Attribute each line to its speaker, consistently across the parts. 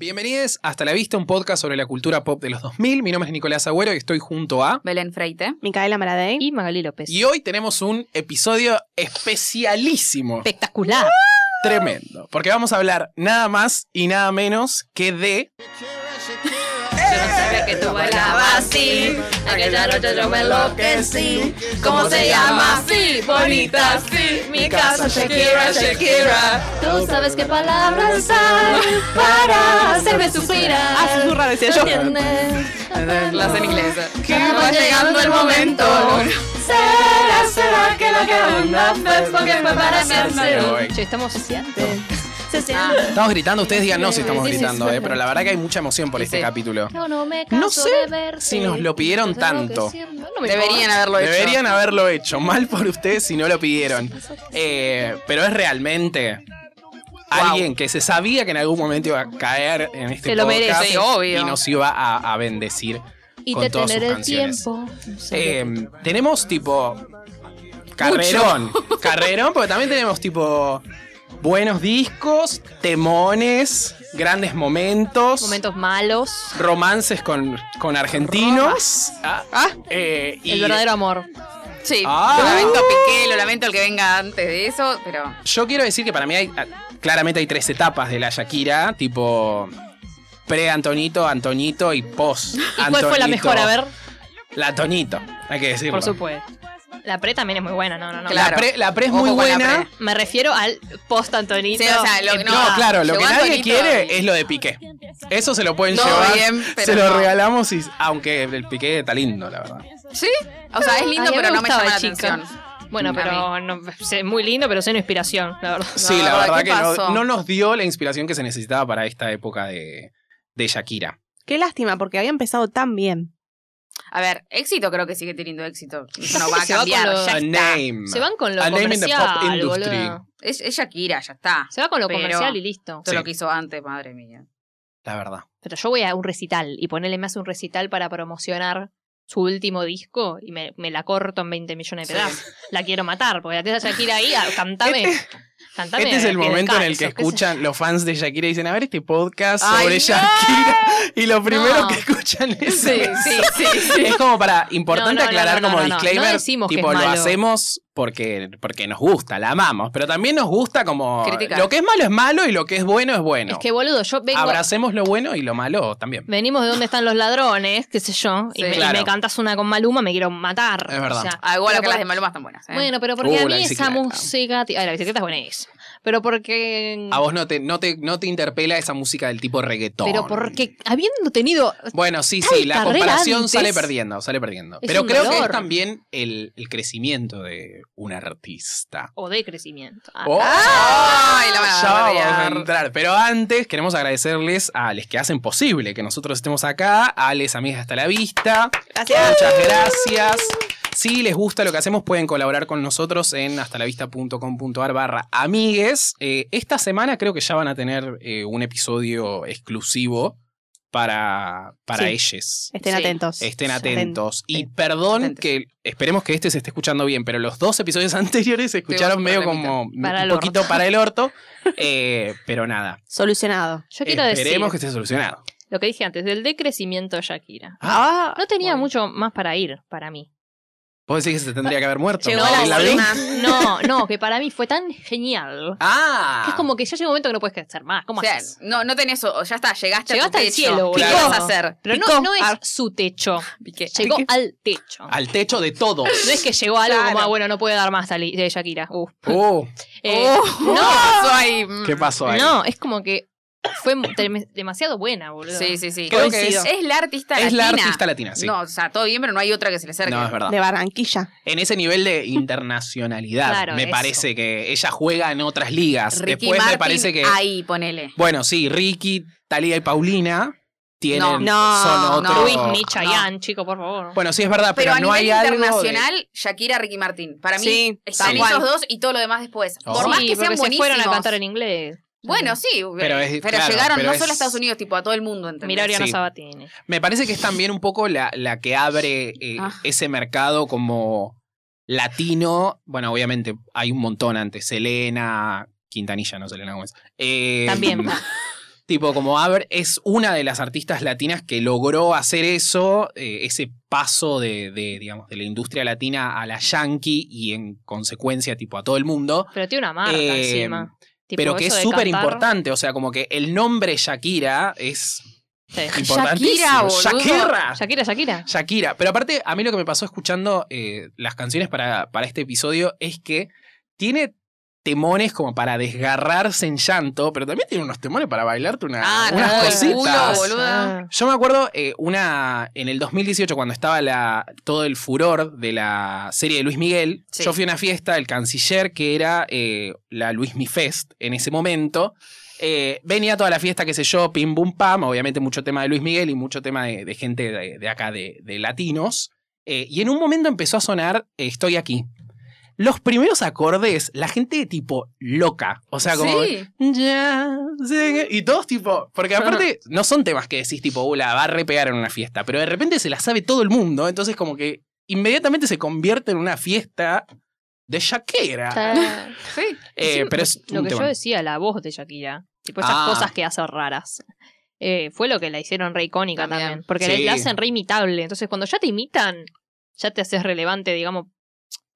Speaker 1: Bienvenidos hasta la vista, un podcast sobre la cultura pop de los 2000. Mi nombre es Nicolás Agüero y estoy junto a...
Speaker 2: Belén Freite.
Speaker 3: Micaela Maradei.
Speaker 2: Y Magali López.
Speaker 1: Y hoy tenemos un episodio especialísimo,
Speaker 2: Espectacular.
Speaker 1: tremendo, porque vamos a hablar nada más y nada menos que de...
Speaker 2: Yo no sabía que tú bailabas así. Aquella noche yo me enloquecí. ¿Cómo se llama? Sí, bonita, sí. Mi casa, Shakira, Shakira. Tú sabes qué palabras usar para hacerme suspirar.
Speaker 3: Ah, susurra, decía yo.
Speaker 2: Las en inglés. Que va llegando el momento. Será, será que la que una vez porque me parece
Speaker 1: Che,
Speaker 2: estamos
Speaker 3: Se siente.
Speaker 1: Estamos gritando, ustedes digan no si estamos
Speaker 2: Sí, sí, sí,
Speaker 1: gritando,
Speaker 2: sí.
Speaker 1: eh, pero la verdad que hay mucha emoción por
Speaker 2: Sí,
Speaker 1: este
Speaker 2: sí.
Speaker 1: capítulo.
Speaker 2: Yo no me
Speaker 1: No sé si nos lo pidieron tanto.
Speaker 2: Deberían haberlo hecho.
Speaker 1: Deberían haberlo hecho. Mal por ustedes si no lo pidieron. Eh, pero es realmente alguien que se sabía que en algún momento iba a caer en este
Speaker 2: Se lo merece,
Speaker 1: podcast
Speaker 2: sí, obvio.
Speaker 1: y nos iba a, a bendecir con todas sus canciones. Eh, tenemos tipo carrerón, carrerón, porque también tenemos tipo buenos discos, temones, grandes momentos,
Speaker 4: momentos malos.
Speaker 1: romances con, con argentinos. Ah,
Speaker 2: Ah,
Speaker 1: eh, y-
Speaker 4: El verdadero amor.
Speaker 2: sí.
Speaker 1: Ah.
Speaker 2: Lo lamento a Piqué, lo lamento al que venga antes de eso, pero.
Speaker 1: Yo quiero decir que para mí hay, ah, claramente hay tres etapas de la Shakira, tipo pre-Antonito, Antonito y
Speaker 4: ¿Y
Speaker 1: post-Antonito.
Speaker 4: cuál fue la mejor? A ver,
Speaker 1: La Tonito, hay que decirlo.
Speaker 4: por supuesto. La pre también es muy buena, no, no, no.
Speaker 2: Claro.
Speaker 1: La pre, la pre es
Speaker 2: Ojo
Speaker 1: muy
Speaker 2: con la
Speaker 1: buena.
Speaker 2: pre.
Speaker 4: Me refiero al post Antonito.
Speaker 2: Sí, o sea, lo-
Speaker 1: Eh, No,
Speaker 2: No, eh,
Speaker 1: claro, lo
Speaker 2: llegó
Speaker 1: que nadie
Speaker 2: Antonito
Speaker 1: quiere
Speaker 2: y-
Speaker 1: es lo de Piqué. Eso se lo pueden
Speaker 2: Todo
Speaker 1: llevar.
Speaker 2: bien,
Speaker 1: se
Speaker 2: pero
Speaker 1: lo
Speaker 2: no.
Speaker 1: regalamos y. Aunque el Piqué está lindo, la verdad.
Speaker 2: Sí. O sea, es lindo,
Speaker 4: Ay, a mí
Speaker 2: pero
Speaker 4: me
Speaker 2: no me
Speaker 4: gustaba
Speaker 2: llama la
Speaker 4: de chica.
Speaker 2: atención.
Speaker 4: Bueno,
Speaker 2: A
Speaker 4: pero no, sé, muy lindo, pero sé una inspiración, la verdad.
Speaker 1: sí, la
Speaker 2: ahora,
Speaker 1: verdad
Speaker 2: ¿qué
Speaker 1: que no,
Speaker 2: pasó?
Speaker 1: no nos dio la inspiración que se necesitaba para esta época de, de Shakira.
Speaker 3: Qué lástima, porque había empezado tan bien.
Speaker 2: A ver, éxito creo que sigue teniendo éxito. Eso no
Speaker 4: Sí,
Speaker 2: va a
Speaker 4: se va con
Speaker 2: cambiar.
Speaker 4: lo-
Speaker 2: ya
Speaker 1: A
Speaker 2: está.
Speaker 1: name.
Speaker 4: Se van con lo
Speaker 1: A name in the pop
Speaker 4: comercial,
Speaker 1: industry.
Speaker 4: boludo.
Speaker 2: Es, es Shakira, ya está.
Speaker 4: Se va con lo
Speaker 2: Pero-
Speaker 4: comercial y listo.
Speaker 2: Todo
Speaker 1: Sí.
Speaker 2: lo que hizo antes, madre mía.
Speaker 1: La verdad.
Speaker 4: Pero yo voy a un recital y ponerle más un recital para promocionar su último disco y me, me la corto en 20 millones de
Speaker 2: Sí.
Speaker 4: pedazos. La quiero matar, porque la tienes a Shakira ahí, a- cantame. cantame
Speaker 1: este es el
Speaker 4: a pie
Speaker 1: momento en el
Speaker 4: descalzo,
Speaker 1: que
Speaker 4: qué sé yo.
Speaker 1: escuchan los fans de Shakira y dicen: A ver, este podcast
Speaker 2: Ay,
Speaker 1: sobre
Speaker 2: no.
Speaker 1: Shakira. Y lo primero
Speaker 4: No.
Speaker 1: que escuchan es.
Speaker 2: Sí, sí, sí.
Speaker 1: Es como para, importante
Speaker 4: No, no, no,
Speaker 1: aclarar
Speaker 4: no, no,
Speaker 1: como
Speaker 4: no, no.
Speaker 1: disclaimer,
Speaker 4: No decimos que
Speaker 1: tipo,
Speaker 4: es
Speaker 1: lo
Speaker 4: malo.
Speaker 1: hacemos porque, porque nos gusta, la amamos, pero también nos gusta como
Speaker 2: Criticar.
Speaker 1: lo que es malo es malo y lo que es bueno es bueno.
Speaker 4: Es que, boludo, yo vengo. Mm.
Speaker 1: Abracemos lo bueno y lo malo también.
Speaker 4: Venimos de donde están los ladrones, qué sé yo,
Speaker 2: Sí.
Speaker 4: y, me, y
Speaker 1: Claro.
Speaker 4: me cantas una con Maluma, me quiero matar.
Speaker 1: Es verdad.
Speaker 4: O sea,
Speaker 2: Ah, igual
Speaker 4: pero
Speaker 2: que las
Speaker 4: por-
Speaker 2: de Maluma están buenas. ¿eh?
Speaker 4: Bueno, pero porque
Speaker 1: Uh,
Speaker 4: a
Speaker 1: la
Speaker 4: mí
Speaker 1: bicicleta.
Speaker 4: esa música. ti- Ay, la bicicleta es buenísima. Pero porque.
Speaker 1: A vos no te, no te, no te interpela esa música del tipo reggaetón.
Speaker 4: Pero porque habiendo tenido.
Speaker 1: Bueno, sí, sí, la
Speaker 4: carrera
Speaker 1: comparación
Speaker 4: antes.
Speaker 1: sale perdiendo, sale perdiendo.
Speaker 4: Es
Speaker 1: Pero
Speaker 4: un
Speaker 1: creo que es
Speaker 4: dolor.
Speaker 1: también el, el crecimiento de un artista.
Speaker 4: O de crecimiento. Ah,
Speaker 1: Oh,
Speaker 2: Ay, la van a
Speaker 1: ya vamos a
Speaker 2: bardear.
Speaker 1: entrar. Pero antes queremos agradecerles a los que hacen posible que nosotros estemos acá, a les amigas hasta la vista.
Speaker 3: Gracias.
Speaker 1: Muchas gracias. Si les gusta lo que hacemos, pueden colaborar con nosotros en hastalavista.com.ar barra amigues. Eh, esta semana creo que ya van a tener eh, un episodio exclusivo para, para
Speaker 3: Sí.
Speaker 1: ellos.
Speaker 3: Estén
Speaker 2: Sí.
Speaker 3: atentos.
Speaker 1: Estén
Speaker 3: Sí.
Speaker 1: atentos. Y
Speaker 3: Atentos.
Speaker 1: perdón
Speaker 2: Atentos.
Speaker 1: que esperemos que este se esté escuchando bien, pero los dos episodios anteriores se escucharon
Speaker 2: un
Speaker 1: medio
Speaker 2: problemita.
Speaker 1: como
Speaker 4: Para
Speaker 1: un
Speaker 4: el
Speaker 1: poquito para el orto. Eh, pero nada.
Speaker 3: Solucionado.
Speaker 4: yo quiero decir
Speaker 1: Esperemos que esté solucionado.
Speaker 4: lo que dije antes, del decrecimiento de Shakira.
Speaker 3: Ah,
Speaker 4: No tenía
Speaker 2: bueno.
Speaker 4: mucho más para ir, para mí.
Speaker 1: ¿Vos decís que se tendría que haber muerto?
Speaker 2: Llegó
Speaker 4: No,
Speaker 2: la
Speaker 1: ¿En la
Speaker 4: sí.
Speaker 1: luz?
Speaker 2: última.
Speaker 4: No, no, que para mí fue tan genial.
Speaker 1: Ah.
Speaker 4: que es como que ya llega un momento que no puedes crecer más. ¿Cómo
Speaker 2: O sea,
Speaker 4: haces?
Speaker 2: no, no tenés, o- ya está, llegaste,
Speaker 4: Llegaste
Speaker 2: a tu
Speaker 4: al
Speaker 2: techo.
Speaker 4: cielo,
Speaker 2: ¿Qué
Speaker 1: boludo.
Speaker 2: vas a hacer?
Speaker 4: Pero
Speaker 3: Picó.
Speaker 4: no, no es
Speaker 3: Ah.
Speaker 4: su techo.
Speaker 2: Piqué.
Speaker 4: Llegó al techo.
Speaker 1: Al techo de todos.
Speaker 4: No es que llegó algo
Speaker 2: Claro.
Speaker 4: como, ah, bueno, no puede dar más Tali- de Shakira. Uh.
Speaker 1: Oh,
Speaker 4: Eh,
Speaker 2: no, soy.
Speaker 1: ¿Qué pasó ahí?
Speaker 4: Mm. no, es como que fue mu- dem- demasiado buena, boludo.
Speaker 2: Sí, sí, sí.
Speaker 1: Creo que es-
Speaker 2: es, la artista
Speaker 1: es
Speaker 2: latina.
Speaker 1: la artista latina, sí.
Speaker 2: No,
Speaker 1: No,
Speaker 2: o sea, todo bien, pero no hay otra que se le acerque.
Speaker 1: es verdad.
Speaker 3: de Barranquilla.
Speaker 1: En ese nivel de internacionalidad,
Speaker 4: Claro,
Speaker 1: me
Speaker 4: eso.
Speaker 1: parece que ella juega en otras ligas.
Speaker 2: Ricky
Speaker 1: Después me
Speaker 2: Martin,
Speaker 1: parece que.
Speaker 2: ahí, ponele.
Speaker 1: Bueno, sí, Ricky, Talía y Paulina tienen.
Speaker 2: No,
Speaker 3: no,
Speaker 1: son otro.
Speaker 2: no.
Speaker 4: Luis Micha
Speaker 2: no.
Speaker 4: Yan, chico, por favor.
Speaker 1: Bueno, sí, es verdad, pero,
Speaker 2: Pero, a
Speaker 1: no hay
Speaker 2: nivel
Speaker 1: algo. de-
Speaker 2: internacional, Shakira, Ricky Martín. Para mí,
Speaker 3: Sí,
Speaker 2: están
Speaker 1: sí.
Speaker 2: esos dos y todo lo demás después.
Speaker 1: Oh.
Speaker 2: Por más
Speaker 4: Sí,
Speaker 2: que sean
Speaker 4: porque se fueron a
Speaker 2: buenísimos.
Speaker 4: cantar en inglés.
Speaker 2: Bueno, sí,
Speaker 1: Pero
Speaker 2: pero,
Speaker 1: es- claro,
Speaker 2: llegaron
Speaker 1: pero
Speaker 2: no
Speaker 1: es-
Speaker 2: solo a Estados Unidos, tipo a todo el mundo, ¿entendés?
Speaker 4: Mirá Oriana
Speaker 1: Sí.
Speaker 4: Sabatini.
Speaker 1: Me parece que es también un poco la, la que abre eh,
Speaker 2: Ah.
Speaker 1: ese mercado como latino. Bueno, obviamente hay un montón antes. Selena, Quintanilla, no Selena Gómez. Eh,
Speaker 4: También.
Speaker 1: Tipo, como Aver es una de las artistas latinas que logró hacer eso, eh, ese paso de, de, digamos, de la industria latina a la yankee y en consecuencia, tipo, a todo el mundo.
Speaker 4: Pero tiene una marca
Speaker 1: Eh,
Speaker 4: encima. Tipo,
Speaker 1: pero que es
Speaker 4: eso de
Speaker 1: súper
Speaker 4: cantar.
Speaker 1: importante, o sea, como que el nombre Shakira es
Speaker 4: Sí.
Speaker 1: importantísimo.
Speaker 2: boludo.
Speaker 1: Shakira.
Speaker 4: Shakira, Shakira.
Speaker 1: Shakira. Pero aparte, a mí lo que me pasó escuchando eh, las canciones para, para este episodio es que tiene temones como para desgarrarse en llanto, pero también tiene unos temones para bailarte una,
Speaker 2: Ah,
Speaker 1: unas
Speaker 2: no, el
Speaker 1: cositas.
Speaker 2: culo, boluda.
Speaker 1: Yo me acuerdo eh, una en el 2018 cuando estaba la, todo el furor de la serie de Luis Miguel.
Speaker 2: Sí.
Speaker 1: Yo fui a una fiesta del canciller que era eh, la Luis Mi Fest en ese momento. Eh, venía toda la fiesta, qué sé yo, pim bum pam, obviamente mucho tema de Luis Miguel y mucho tema de, de gente de, de acá, de, de latinos. Eh, y en un momento empezó a sonar eh, Estoy aquí. Los primeros acordes, la gente tipo loca. O sea, como.
Speaker 2: Sí.
Speaker 1: Ya sé que- Y todos tipo, porque aparte no son temas que decís tipo, "Uh, la va a repegar en una fiesta, pero de repente se la sabe todo el mundo, entonces como que inmediatamente se convierte en una fiesta de Shakira.
Speaker 2: Sí.
Speaker 1: Eh,
Speaker 4: Sí,
Speaker 1: pero es
Speaker 4: lo
Speaker 1: un
Speaker 4: que
Speaker 1: tema.
Speaker 4: yo decía, la voz de Shakira. Tipo esas
Speaker 1: Ah.
Speaker 4: cosas que hace raras. Eh, fue lo que la hicieron re icónica también.
Speaker 2: También.
Speaker 4: porque
Speaker 1: Sí.
Speaker 4: le- la hacen re imitable. Entonces, cuando ya te imitan, ya te haces relevante, digamos,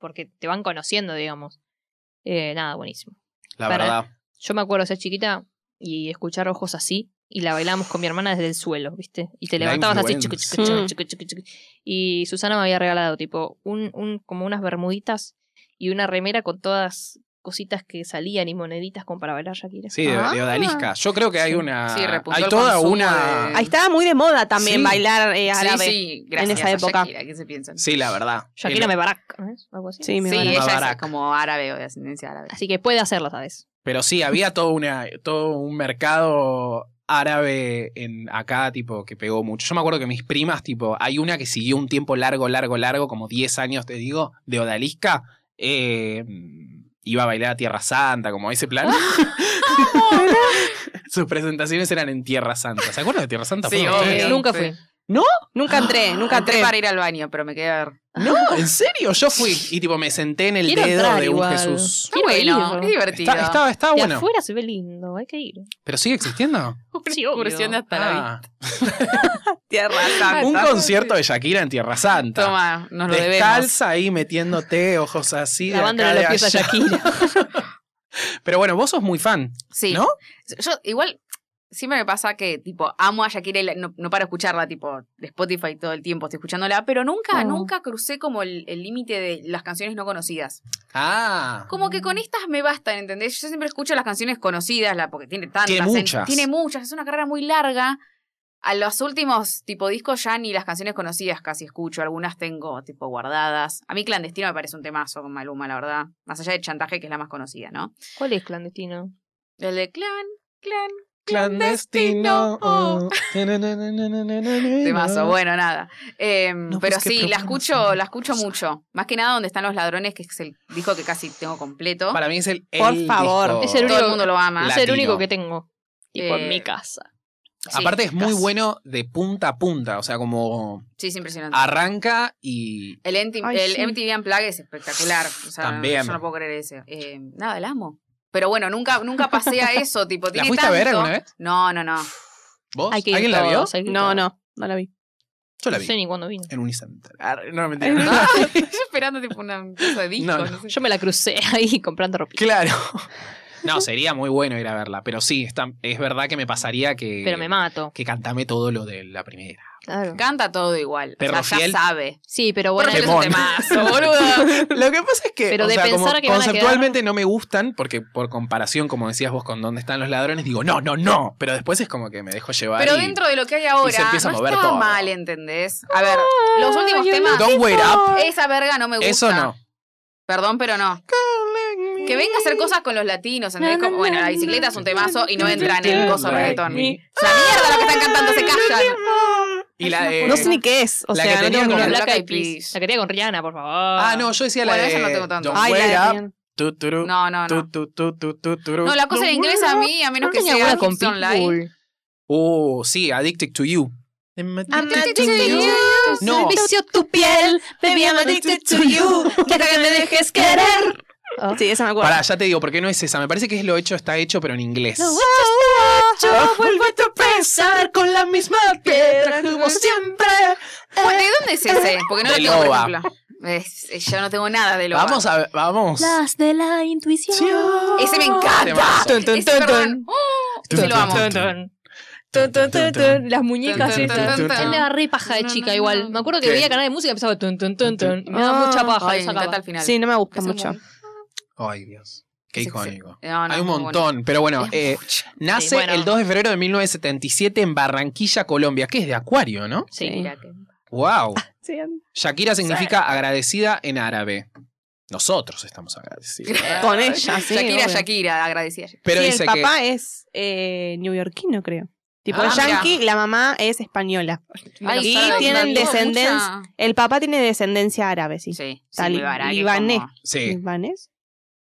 Speaker 4: porque te van conociendo, digamos. Eh, nada, buenísimo.
Speaker 1: la
Speaker 4: para-
Speaker 1: verdad.
Speaker 4: Yo me acuerdo ser chiquita y escuchar ojos así. Y la bailamos con mi hermana desde el suelo, ¿viste? Y te
Speaker 1: La
Speaker 4: levantabas así.
Speaker 1: influencia.
Speaker 4: chucu, chucu, chucu, chucu, chucu, chucu. Y Susana me había regalado, tipo, un, un, como unas bermuditas y una remera con todas cositas que salían y moneditas como para bailar Shakira.
Speaker 1: Sí, de, de
Speaker 3: Ah.
Speaker 1: odalisca. Yo creo que hay
Speaker 4: Sí.
Speaker 1: una.
Speaker 2: Sí, repuntó
Speaker 1: hay
Speaker 2: el
Speaker 1: toda
Speaker 2: consumo
Speaker 1: una.
Speaker 2: de-
Speaker 3: Ahí estaba muy de moda también
Speaker 1: Sí.
Speaker 3: bailar eh,
Speaker 2: Sí,
Speaker 3: árabe.
Speaker 2: sí, gracias
Speaker 3: esa
Speaker 2: a
Speaker 3: época.
Speaker 2: Shakira, ¿qué se piensan?
Speaker 1: Sí, la verdad.
Speaker 4: Shakira
Speaker 1: El-
Speaker 4: me barak, ¿no es? Algo así.
Speaker 3: Sí, me
Speaker 2: Sí,
Speaker 3: van a-
Speaker 2: ella
Speaker 1: Barak.
Speaker 2: es como árabe o de ascendencia árabe.
Speaker 4: Así que puede hacerlo, ¿sabes?
Speaker 1: Pero sí, había todo, una, todo un mercado árabe en acá, tipo, que pegó mucho. Yo me acuerdo que mis primas, tipo, hay una que siguió un tiempo largo, largo, largo, como 10 años, te digo, de Odalisca. eh, iba a bailar a Tierra Santa, como ese plan. Sus presentaciones eran en Tierra Santa. ¿Se acuerdan de Tierra Santa?
Speaker 2: Sí,
Speaker 1: ¿Fueron ustedes?
Speaker 2: obvio.
Speaker 4: Eh, Nunca
Speaker 2: sí.
Speaker 4: fui.
Speaker 3: Nunca entré, Eh, nunca
Speaker 2: Ah, Entré
Speaker 3: entré.
Speaker 2: para ir al baño, pero me quedé a ver.
Speaker 1: No, en serio, yo fui. Y tipo, me senté en el
Speaker 4: Quiero
Speaker 1: dedo
Speaker 4: entrar
Speaker 1: de un
Speaker 4: igual.
Speaker 1: Jesús.
Speaker 2: Está
Speaker 4: Quiero
Speaker 2: bueno,
Speaker 4: ir.
Speaker 2: es divertido.
Speaker 1: Está, está, está
Speaker 4: De
Speaker 1: Ah, bueno.
Speaker 4: afuera se ve lindo, hay que ir.
Speaker 1: ¿Pero sigue existiendo?
Speaker 2: Una
Speaker 4: Sí, obvio.
Speaker 2: excursión hasta la
Speaker 1: Ah.
Speaker 2: Tierra Santa.
Speaker 1: un concierto de Shakira en Tierra Santa.
Speaker 2: Ah, Toma, nos lo debemos.
Speaker 1: Descalza ahí metiéndote, ojos así. de
Speaker 4: Lavándole
Speaker 1: acá,
Speaker 4: los
Speaker 1: de
Speaker 4: pies a
Speaker 1: allá.
Speaker 4: Shakira.
Speaker 1: Pero bueno, vos sos muy fan,
Speaker 2: Sí.
Speaker 1: ¿no?
Speaker 2: Yo igual siempre me pasa que tipo amo a Shakira y la- no, no paro de escucharla tipo de Spotify todo el tiempo estoy escuchándola, pero nunca
Speaker 4: Oh.
Speaker 2: nunca crucé como el el límite de las canciones no conocidas.
Speaker 1: Ah.
Speaker 2: Como que con estas me bastan, ¿entendés? Yo siempre escucho las canciones conocidas, la porque tiene tantas,
Speaker 1: Tiene
Speaker 2: en-
Speaker 1: muchas.
Speaker 2: tiene muchas, es una carrera muy larga. A los últimos tipo discos ya ni las canciones conocidas casi escucho, algunas tengo tipo guardadas. A mí clandestino me parece un temazo con Maluma, la verdad. Más allá de chantaje que es la más conocida, ¿no?
Speaker 4: ¿Cuál es clandestino?
Speaker 2: El de clan, clan,
Speaker 1: Clandestino.
Speaker 2: Clandestino. Temazo,
Speaker 1: Temazo,
Speaker 2: bueno, nada. Eh,
Speaker 1: No,
Speaker 2: pero
Speaker 1: pues, qué
Speaker 2: sí, la
Speaker 1: problemas
Speaker 2: escucho,
Speaker 1: son
Speaker 2: la escucho mucho. Más que nada donde están los ladrones, que es el disco que casi tengo completo.
Speaker 1: Para mí es el.
Speaker 3: Por
Speaker 1: el
Speaker 3: favor.
Speaker 1: disco.
Speaker 4: Es el
Speaker 2: Todo
Speaker 4: único-
Speaker 2: el mundo lo ama.
Speaker 1: La-
Speaker 4: Es el
Speaker 1: Ah. Latino.
Speaker 4: único que tengo. Tipo
Speaker 2: Eh,
Speaker 4: en mi casa.
Speaker 2: Sí,
Speaker 1: Aparte, es muy
Speaker 2: casi.
Speaker 1: bueno de punta a punta. O sea, como
Speaker 2: Sí, es impresionante.
Speaker 1: arranca y.
Speaker 2: El, MTV
Speaker 3: Ay,
Speaker 2: el
Speaker 3: sí.
Speaker 2: MTV Unplugged es espectacular. O sea,
Speaker 1: También.
Speaker 2: yo no puedo creer ese. Eh, nada, el amo. Pero bueno, nunca, nunca pasé a eso. Tipo,
Speaker 1: ¿La
Speaker 2: tiene
Speaker 1: fuiste a ver
Speaker 2: tanto-
Speaker 1: alguna vez?
Speaker 2: No, no, no.
Speaker 1: ¿Vos?
Speaker 4: Hay que ir
Speaker 1: ¿Alguien la vio?
Speaker 4: todos, hay que ir
Speaker 3: No,
Speaker 4: todos.
Speaker 3: no, no la vi.
Speaker 1: Yo la
Speaker 4: No sé
Speaker 1: vi.
Speaker 4: ni cuándo vino.
Speaker 1: En Unicenter. Ah, No, mentira.
Speaker 2: Estoy esperando tipo una cosa de disco.
Speaker 1: No,
Speaker 2: No,
Speaker 1: no.
Speaker 2: sé.
Speaker 4: Yo me la crucé ahí comprando ropa.
Speaker 1: Claro. No, sería muy bueno ir a verla. Pero sí, está- es verdad que me pasaría que.
Speaker 4: Pero me mato.
Speaker 1: Que cantame todo lo de la primera.
Speaker 4: Claro.
Speaker 2: Canta todo igual.
Speaker 1: Perro
Speaker 2: o sea,
Speaker 1: fiel.
Speaker 2: ya sabe.
Speaker 4: Sí, pero
Speaker 2: Bueno,
Speaker 4: bueno.
Speaker 2: es un
Speaker 1: Temón.
Speaker 2: temazo, boludo.
Speaker 1: Lo que pasa es que,
Speaker 4: Pero
Speaker 1: o
Speaker 4: de
Speaker 1: sea, como
Speaker 4: pensar que van a
Speaker 1: conceptualmente no me gustan, porque por comparación, como decías vos, con dónde están los ladrones, digo, no, no, no. Pero después es como que me dejo llevar.
Speaker 2: Pero
Speaker 1: y-
Speaker 2: dentro de lo que hay ahora,
Speaker 1: se empieza a
Speaker 2: no
Speaker 1: mover
Speaker 2: está
Speaker 1: todo.
Speaker 2: mal, ¿entendés? A ver, los últimos
Speaker 4: Ay,
Speaker 2: temas,
Speaker 1: Don't wait up.
Speaker 2: esa verga no me gusta.
Speaker 1: Eso no.
Speaker 2: Perdón, pero no. Que venga a hacer cosas con los latinos, ¿entendés? Como, bueno, la bicicleta es un temazo y no entra en el coso
Speaker 1: Like
Speaker 2: reggaetón.
Speaker 1: me.
Speaker 2: O sea, mierda lo que están cantando, se callan.
Speaker 1: Y la de-
Speaker 3: Eh, No sé ni qué es. O
Speaker 1: La
Speaker 3: sea,
Speaker 1: que
Speaker 3: no
Speaker 1: tenía
Speaker 3: tengo
Speaker 1: como
Speaker 3: ni
Speaker 4: Con
Speaker 3: idea.
Speaker 2: Black
Speaker 4: Black Eyed
Speaker 2: Eyed
Speaker 4: Peas.
Speaker 2: Peas.
Speaker 4: La que tenía con Rihanna, por favor.
Speaker 1: Ah, no, yo decía
Speaker 2: Bueno,
Speaker 1: la de.
Speaker 2: esa no tengo tanto.
Speaker 1: Don't
Speaker 3: Ay,
Speaker 1: wait
Speaker 3: la de
Speaker 1: up.
Speaker 3: Rihanna.
Speaker 1: tu, turu,
Speaker 2: No, no, no.
Speaker 1: tu, tu, tu, tu, tu, turu.
Speaker 2: No, la cosa del inglés a mí, a menos
Speaker 4: No
Speaker 2: que
Speaker 4: tenía
Speaker 2: sea
Speaker 4: una con
Speaker 2: Hips Online.
Speaker 4: Pitbull.
Speaker 1: Oh, sí, Addicted to You.
Speaker 2: addicted to you.
Speaker 1: No.
Speaker 4: Vicio tu piel,
Speaker 3: Baby, I'm addicted to you. Quiero que me dejes querer.
Speaker 4: Oh.
Speaker 3: Sí, esa me acuerdo.
Speaker 1: Pará, ya te digo, porque no es esa. Me parece que es lo hecho, está hecho, pero en inglés.
Speaker 4: No,
Speaker 1: Yo vuelvo a tropezar con la misma piedra como siempre.
Speaker 2: Bueno, ¿De dónde es ese? Porque no lo
Speaker 1: De
Speaker 2: tengo, por
Speaker 1: Loba.
Speaker 2: ejemplo. Es- es- yo no tengo nada de Loba.
Speaker 1: Vamos a ver, vamos.
Speaker 4: Las de la intuición.
Speaker 2: Ese me encanta.
Speaker 1: Temazo.
Speaker 3: Tun, tun,
Speaker 2: Ese,
Speaker 3: tun,
Speaker 2: perdón.
Speaker 3: tun.
Speaker 2: Oh, ese lo amo.
Speaker 4: Tun, tun. Tun, tun, tun, tun. Las muñecas
Speaker 1: Tun, tun,
Speaker 4: estas.
Speaker 1: tun,
Speaker 4: Él
Speaker 1: tun.
Speaker 4: me da re paja de
Speaker 2: No, no,
Speaker 4: chica
Speaker 2: no,
Speaker 4: igual.
Speaker 2: no.
Speaker 4: Me acuerdo que
Speaker 1: Sí.
Speaker 4: veía canal de música y empezaba tun, tun, tun, tun. Me
Speaker 3: Ah.
Speaker 4: da mucha paja.
Speaker 2: Ay, me
Speaker 4: lo sacaba.
Speaker 2: encanta al final.
Speaker 3: Sí, no me gusta
Speaker 2: Es un
Speaker 3: mucho.
Speaker 2: buen-
Speaker 1: Ay, Dios. Qué
Speaker 2: Es
Speaker 1: icónico.
Speaker 2: No, no,
Speaker 1: Hay un
Speaker 2: muy bueno.
Speaker 1: montón, pero bueno,
Speaker 2: Es
Speaker 1: eh,
Speaker 2: mucho.
Speaker 1: nace
Speaker 4: Sí, bueno.
Speaker 1: el 2 de febrero de 1977 en Barranquilla, Colombia, que es de Acuario, ¿no?
Speaker 4: Sí,
Speaker 3: Sí.
Speaker 4: mira que-
Speaker 1: ¡Wow!
Speaker 3: Sí,
Speaker 1: Shakira significa agradecida en árabe. Nosotros estamos agradecidos.
Speaker 3: con ella, sí.
Speaker 2: Shakira,
Speaker 3: obvio.
Speaker 2: Shakira, agradecida.
Speaker 1: Pero
Speaker 3: Sí,
Speaker 1: dice
Speaker 3: el
Speaker 1: que
Speaker 3: papá es eh, neoyorquino, creo. Tipo
Speaker 1: Ah,
Speaker 3: es
Speaker 1: mira.
Speaker 3: yankee, la mamá es española.
Speaker 2: Ay,
Speaker 3: y
Speaker 2: sabe,
Speaker 3: tienen
Speaker 2: me acuerdo
Speaker 3: descendencia.
Speaker 2: mucha.
Speaker 3: El papá tiene descendencia árabe, sí.
Speaker 2: Sí, sí,
Speaker 3: Tal-
Speaker 2: Guevara, que
Speaker 3: libanés.
Speaker 2: como-
Speaker 1: sí.
Speaker 3: ¿Libanés?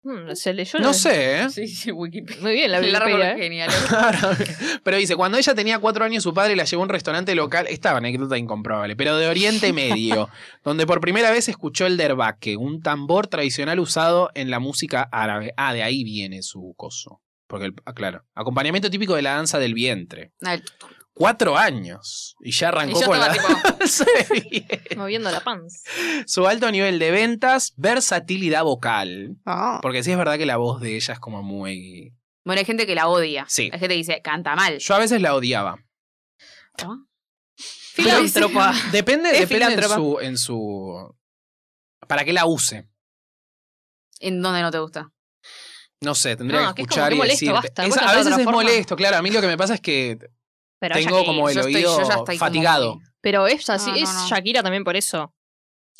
Speaker 4: Hmm, Se leyó.
Speaker 1: No
Speaker 4: la-
Speaker 1: sé, ¿eh?
Speaker 2: Sí, sí, Wikipedia.
Speaker 4: Muy bien la
Speaker 2: El árbol
Speaker 4: Wikipedia. ¿eh?
Speaker 2: genial.
Speaker 1: Pero dice, cuando ella tenía cuatro años, su padre la llevó a un restaurante local, esta anécdota incomprobable, pero de Oriente Medio, donde por primera vez escuchó el derbaque, un tambor tradicional usado en la música árabe. Ah, de ahí viene su coso. Porque, el- ah, claro, acompañamiento típico de la danza del vientre.
Speaker 2: No, el-
Speaker 1: Cuatro años. Y ya
Speaker 2: Y
Speaker 1: arrancó
Speaker 2: yo
Speaker 1: con
Speaker 2: estaba
Speaker 1: la
Speaker 2: tipo,
Speaker 1: danza del vientre.
Speaker 4: Moviendo la panza.
Speaker 1: Su alto nivel de ventas, versatilidad vocal.
Speaker 3: Ah.
Speaker 1: Porque sí es verdad que la voz de ella es como muy...
Speaker 2: Bueno, hay gente que la odia.
Speaker 1: Sí.
Speaker 2: Hay gente que dice, canta mal.
Speaker 1: Yo a veces la odiaba.
Speaker 2: Filántropa.
Speaker 1: Depende,
Speaker 3: Es
Speaker 1: depende en
Speaker 3: filántropa.
Speaker 1: su, en su. Para qué la use.
Speaker 2: ¿En dónde no te gusta?
Speaker 1: No sé, tendría
Speaker 4: No,
Speaker 1: que
Speaker 4: que es como
Speaker 1: escuchar
Speaker 4: que
Speaker 1: y
Speaker 4: molesto,
Speaker 1: decir.
Speaker 4: basta,
Speaker 1: Es-
Speaker 4: vos
Speaker 1: a
Speaker 4: cantá de
Speaker 1: veces
Speaker 4: otra
Speaker 1: es
Speaker 4: forma.
Speaker 1: molesto, claro. A mí lo que me pasa es que
Speaker 4: Pero
Speaker 1: tengo
Speaker 4: Shakira-
Speaker 1: como el
Speaker 2: yo estoy-
Speaker 1: oído
Speaker 2: yo ya estoy como
Speaker 1: fatigado.
Speaker 2: que-
Speaker 4: Pero es así,
Speaker 2: No, no,
Speaker 4: es
Speaker 2: no.
Speaker 4: Shakira también por eso.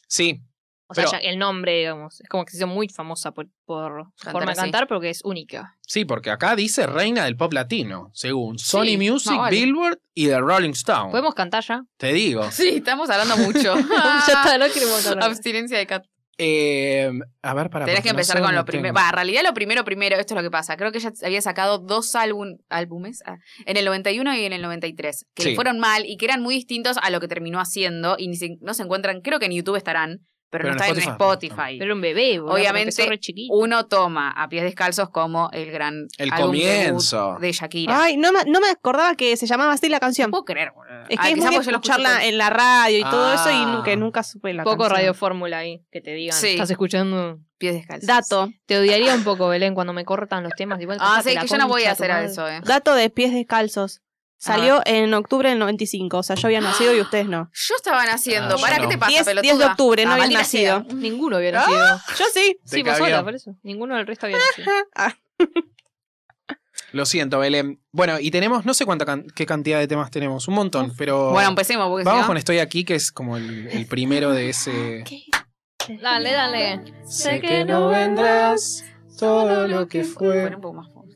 Speaker 1: Sí,
Speaker 4: O sea,
Speaker 1: Pero-
Speaker 4: ya- el nombre, digamos, es como que se hizo muy famosa por, por su
Speaker 2: Cantar
Speaker 4: forma de
Speaker 2: así.
Speaker 4: cantar, porque es única.
Speaker 1: sí, porque acá dice reina del pop latino, según Sony
Speaker 2: Sí,
Speaker 1: Music,
Speaker 2: no, vale.
Speaker 1: Billboard y The Rolling Stone.
Speaker 4: ¿Podemos cantar ya?
Speaker 1: Te digo.
Speaker 2: Sí, estamos hablando mucho.
Speaker 4: ya está, no queremos cantar.
Speaker 2: Abstinencia de cat.
Speaker 1: Eh, a ver, para.
Speaker 2: Tenés
Speaker 1: porque
Speaker 2: que
Speaker 1: no
Speaker 2: empezar
Speaker 1: sé
Speaker 2: con
Speaker 1: dónde
Speaker 2: lo primero.
Speaker 1: tengo.
Speaker 2: Va, en realidad lo primero, primero, esto es lo que pasa. Creo que ella había sacado dos álbum, álbumes ah, en el 91 y en el 93, que
Speaker 1: Sí.
Speaker 2: le fueron mal y que eran muy distintos a lo que terminó haciendo y ni se- no se encuentran, creo que en YouTube estarán, pero,
Speaker 1: Pero en
Speaker 2: no están en
Speaker 1: Spotify.
Speaker 2: Spotify.
Speaker 4: Pero era un bebé, boludo,
Speaker 2: Obviamente, uh,
Speaker 4: empezó re chiquito.
Speaker 2: Uno toma a pies descalzos como el gran
Speaker 1: El
Speaker 2: álbum
Speaker 1: comienzo.
Speaker 2: debut de Shakira.
Speaker 3: Ay, no me, no me acordaba que se llamaba así la
Speaker 2: No
Speaker 3: canción.
Speaker 2: puedo creer, boludo.
Speaker 3: Es
Speaker 2: Ah,
Speaker 3: que es muy
Speaker 2: quizás
Speaker 3: de
Speaker 2: vos ya lo
Speaker 3: escucharla
Speaker 2: escuchaste.
Speaker 3: en la radio y todo eso y
Speaker 1: Ah.
Speaker 3: nunca, nunca supe la
Speaker 4: Poco
Speaker 3: canción.
Speaker 4: Radio Fórmula ahí, que te digan,
Speaker 2: Sí.
Speaker 4: estás escuchando.
Speaker 2: pies descalzos.
Speaker 3: Dato,
Speaker 4: Te odiaría un poco, Belén, cuando me cortan los temas. Igual
Speaker 2: Ah,
Speaker 4: cállate
Speaker 2: sí,
Speaker 4: la
Speaker 2: que yo no voy a
Speaker 4: concha
Speaker 2: hacer
Speaker 4: de tu
Speaker 2: eso, eh.
Speaker 3: dato de pies descalzos. Salió en octubre del 95, o sea, yo había nacido y ustedes no.
Speaker 2: Yo estaba naciendo.
Speaker 1: Ah,
Speaker 2: ¿Para
Speaker 1: yo
Speaker 2: qué
Speaker 1: no.
Speaker 2: te pasa,
Speaker 3: 10, 10
Speaker 2: pelotuda?
Speaker 3: de octubre, no
Speaker 2: Ah,
Speaker 3: había
Speaker 2: maldita sea.
Speaker 3: nacido.
Speaker 4: madre. Ninguno había nacido.
Speaker 2: Ah.
Speaker 3: Yo sí.
Speaker 1: Te
Speaker 4: Sí, vos
Speaker 1: cabió.
Speaker 4: sola, por eso. Ninguno del resto había nacido.
Speaker 3: Ah,
Speaker 1: Lo siento, Belén. Bueno, y tenemos, no sé cuánta can- qué cantidad de temas tenemos, un montón, pero.
Speaker 2: Bueno, empecemos porque si
Speaker 1: Vamos
Speaker 2: no-
Speaker 1: con Estoy aquí, que es como el, el primero de ese.
Speaker 4: Dale, dale.
Speaker 1: Ah, Sé que no vendrás todo lo que
Speaker 2: Poné
Speaker 1: fue.
Speaker 2: un poco más fuerte.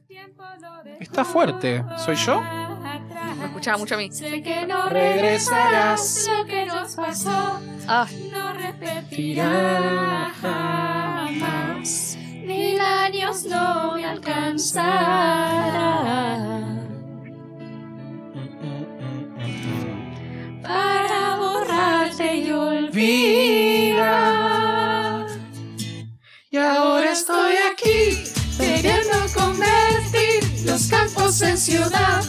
Speaker 1: Está fuerte. ¿Soy yo?
Speaker 2: Me escuchaba mucho a mí.
Speaker 5: Sé que no
Speaker 1: Regresarás.
Speaker 5: regresarás lo que nos pasó,
Speaker 4: Ah,
Speaker 5: no repetirá jamás. Mil años no me alcanzarán para borrarte y olvidar.
Speaker 1: Y
Speaker 5: Ahora estoy aquí, queriendo convertir los campos en ciudad,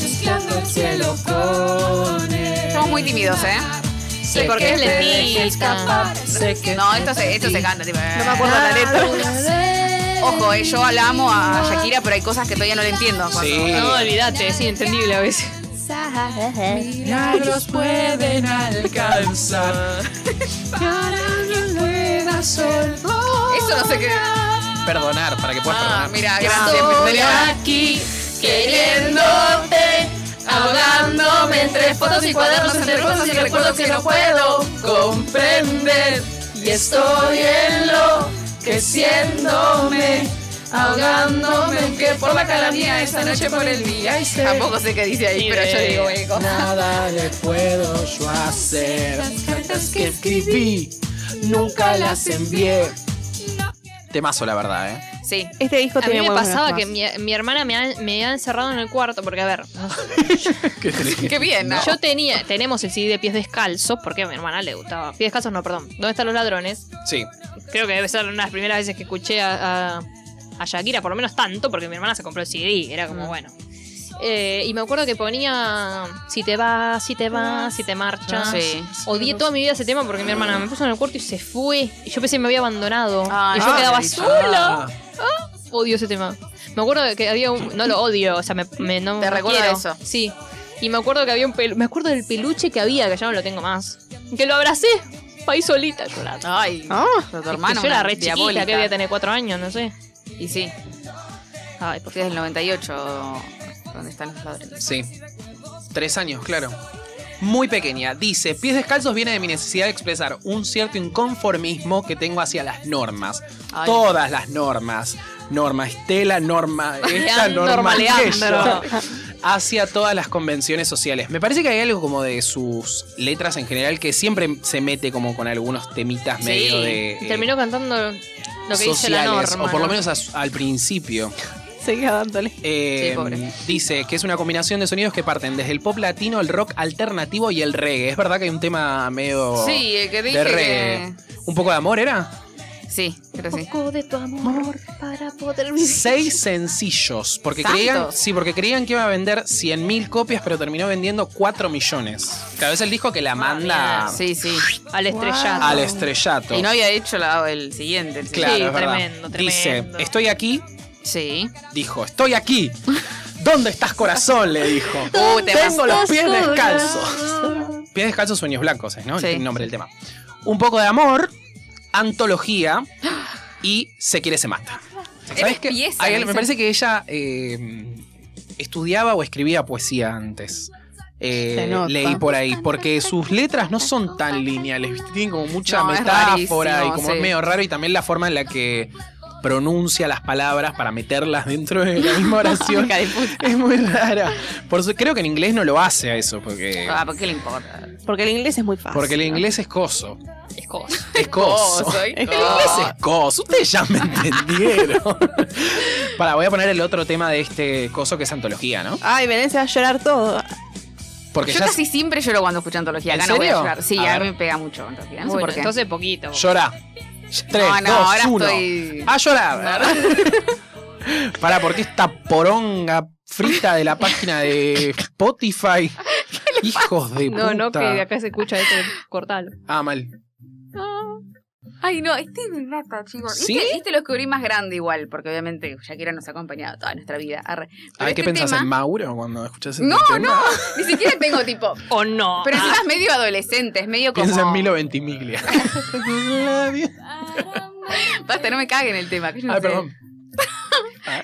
Speaker 5: mezclando el cielo con el
Speaker 2: Somos muy tímidos, ¿eh?
Speaker 5: mar.
Speaker 4: Sí, porque
Speaker 5: que
Speaker 4: es
Speaker 5: te
Speaker 4: lentita.
Speaker 5: dejé escapar, sé que
Speaker 2: No,
Speaker 5: te
Speaker 2: esto se, esto se canta. tipo,
Speaker 3: No me acuerdo la letra.
Speaker 5: perdí.
Speaker 2: Ojo, eh, yo la amo a Shakira, pero hay cosas que todavía no le entiendo. cuando-
Speaker 1: Sí.
Speaker 4: no, olvídate, es inentendible a veces.
Speaker 5: Milagros pueden
Speaker 1: alcanzar.
Speaker 5: para que puedas olvidar.
Speaker 2: Eso no sé qué.
Speaker 1: Perdonar, para que puedas
Speaker 2: Ah,
Speaker 1: perdonar.
Speaker 2: mira, gracias.
Speaker 5: Estoy
Speaker 2: bienvenida.
Speaker 5: aquí queriéndote, ahogándome entre fotos y cuadernos, entre cosas y recuerdos que no puedo comprender. Y estoy en lo que siéndome, ahogándome, aunque por la calamía esta noche por el día. Y sé
Speaker 2: Tampoco sé qué dice ahí, pero yo digo, eh, cosa.
Speaker 1: Nada le puedo yo hacer.
Speaker 5: Las cartas que
Speaker 1: escribí nunca las envié. Temazo, la verdad, ¿eh?
Speaker 4: Sí.
Speaker 3: Este disco
Speaker 4: A mí
Speaker 3: tiene
Speaker 4: me
Speaker 3: buenos
Speaker 4: pasaba
Speaker 3: temas.
Speaker 4: que mi, mi hermana me, ha- me había encerrado en el cuarto, porque a ver,
Speaker 2: Ah.
Speaker 1: Qué triste.
Speaker 2: Qué bien, ¿no?
Speaker 4: yo tenía, tenemos el CD de pies descalzos, porque a mi hermana le gustaba. Pies descalzos no, perdón. ¿Dónde están los ladrones?
Speaker 1: Sí.
Speaker 4: Creo que debe ser una de las primeras veces que escuché a, a- a Shakira, por lo menos tanto, porque mi hermana se compró el CD, era como
Speaker 2: Mm.
Speaker 4: bueno. Eh, y me acuerdo que ponía si te vas, si te vas, si te marchas.
Speaker 2: Ah, Sí.
Speaker 4: Odié toda mi vida ese tema porque mi hermana me puso en el cuarto y se fue. Y yo pensé que me había abandonado.
Speaker 2: Ay,
Speaker 4: y yo
Speaker 2: ah,
Speaker 4: quedaba
Speaker 2: qué
Speaker 4: sola.
Speaker 1: Ah,
Speaker 4: Odio ese tema. Me acuerdo que había un. No lo odio, o sea, me, me- no.
Speaker 2: Te
Speaker 4: no
Speaker 2: recuerda
Speaker 4: quiero.
Speaker 2: eso.
Speaker 4: Sí. Y me acuerdo que había un pelu- Me acuerdo del peluche que había, que ya no lo tengo más. Que lo abracé. Paí solita llorando.
Speaker 2: Ay,
Speaker 3: Ah,
Speaker 2: pero tu
Speaker 4: Es que
Speaker 2: hermano.
Speaker 4: yo
Speaker 2: una
Speaker 4: era re chiquita,
Speaker 2: diabólica.
Speaker 4: que había tener cuatro años, no sé.
Speaker 2: Y sí,
Speaker 4: Ay, por
Speaker 2: porque es el 98 donde están los ladrones.
Speaker 1: Sí. Tres años, claro. Muy pequeña. Dice, pies descalzos viene de mi necesidad de expresar un cierto inconformismo que tengo hacia las normas.
Speaker 2: Ay.
Speaker 1: Todas las normas. Norma Estela, norma esta,
Speaker 4: Leandro,
Speaker 1: norma
Speaker 4: Leandro.
Speaker 1: aquella. Hacia todas las convenciones sociales. Me parece que hay algo como de sus letras en general que siempre se mete como con algunos temitas
Speaker 2: Sí.
Speaker 1: medio de... eh,
Speaker 4: Terminó cantando lo que dice la
Speaker 1: sociales,
Speaker 4: norma.
Speaker 1: o por lo
Speaker 4: ¿no?
Speaker 1: menos a- al principio.
Speaker 3: seguía dándole.
Speaker 1: Eh,
Speaker 2: Sí, pobre.
Speaker 1: dice que es una combinación de sonidos que parten desde el pop latino, el rock alternativo y el reggae. Es verdad que hay un tema medio
Speaker 2: Sí, el que
Speaker 1: de
Speaker 2: dije
Speaker 1: reggae. Un poco de amor, ¿era?
Speaker 2: que- Sí, creo que sí.
Speaker 4: poco de tu amor para poder vivir.
Speaker 1: Seis sencillos. Porque
Speaker 2: ¿Tantos?
Speaker 1: creían, sí, porque creían que iba a vender 100.000 copias, pero terminó vendiendo 4 millones. Cada vez el disco que la manda
Speaker 2: Sí, sí.
Speaker 4: Al estrellato.
Speaker 1: al estrellato.
Speaker 2: Y no había hecho la- el siguiente. El
Speaker 1: claro,
Speaker 4: Sí,
Speaker 1: es verdad.
Speaker 4: tremendo,
Speaker 1: Dice,
Speaker 4: tremendo.
Speaker 1: estoy aquí,
Speaker 2: Sí.
Speaker 1: dijo, estoy aquí. ¿Dónde estás, corazón? Le dijo.
Speaker 2: Uh, te
Speaker 1: Tengo los pies descalzos. Pies descalzos, sueños blancos, es, ¿no?
Speaker 2: Sí.
Speaker 1: El nombre del tema. Un poco de amor, antología y se quiere, se mata.
Speaker 2: Eres
Speaker 1: ¿Sabes qué?
Speaker 2: pieza,
Speaker 1: Hay-
Speaker 2: dicen.
Speaker 1: me parece que ella eh, estudiaba o escribía poesía antes. Eh,
Speaker 3: Se nota.
Speaker 1: leí por ahí, porque sus letras no son tan lineales, ¿viste? tienen como mucha
Speaker 2: No, es
Speaker 1: metáfora y
Speaker 2: rarísimo,
Speaker 1: como
Speaker 2: sí.
Speaker 1: es medio raro y también la forma en la que pronuncia las palabras para meterlas dentro de la misma oración.
Speaker 2: Hija de puta.
Speaker 1: es muy rara. Por su- creo que en inglés no lo hace a eso, porque
Speaker 2: Ah, ¿por qué le importa?
Speaker 3: Porque el inglés es muy fácil.
Speaker 1: porque el inglés es coso.
Speaker 4: Es cosa.
Speaker 1: Es coso.
Speaker 2: Oh, soy
Speaker 1: El
Speaker 2: coso.
Speaker 1: inglés es coso. Ustedes ya me entendieron. Para, voy a poner el otro tema de este coso que es antología, ¿no?
Speaker 3: Ay, Belén se va a llorar todo.
Speaker 1: Porque
Speaker 2: Yo
Speaker 1: ya
Speaker 2: casi siempre lloro cuando escucho antología.
Speaker 1: ¿En
Speaker 2: Acá no voy a
Speaker 1: serio?
Speaker 2: llorar. Sí,
Speaker 1: A
Speaker 2: a, mí
Speaker 1: ver.
Speaker 2: me pega mucho antología. No sé
Speaker 4: Bueno,
Speaker 2: por qué.
Speaker 4: entonces poquito.
Speaker 1: llora. Tres,
Speaker 2: no, no,
Speaker 1: dos,
Speaker 2: ahora
Speaker 1: uno. Ah.
Speaker 2: estoy.
Speaker 1: A llorar. Para, porque esta poronga frita de la página de Spotify. Hijos de
Speaker 4: No,
Speaker 1: puta.
Speaker 4: no, que acá se escucha esto, cortalo.
Speaker 1: Ah, mal.
Speaker 2: Ay, no, este me mata, chicos.
Speaker 1: ¿Sí?
Speaker 2: Este, este lo descubrí más grande igual, porque obviamente Shakira nos ha acompañado toda nuestra vida. Arre. Pero
Speaker 1: Ay, ¿qué
Speaker 2: este
Speaker 1: pensás
Speaker 2: tema,
Speaker 1: en Mauro cuando escuchás este
Speaker 2: No,
Speaker 1: tema?
Speaker 2: no, ni siquiera tengo tipo.
Speaker 4: ¿O no?
Speaker 2: Pero encima es medio adolescente, es medio como.
Speaker 1: Piensa en Milo Ventimiglia.
Speaker 2: Basta, no me caguen el tema. que yo no
Speaker 1: Ay,
Speaker 2: sé.
Speaker 1: perdón.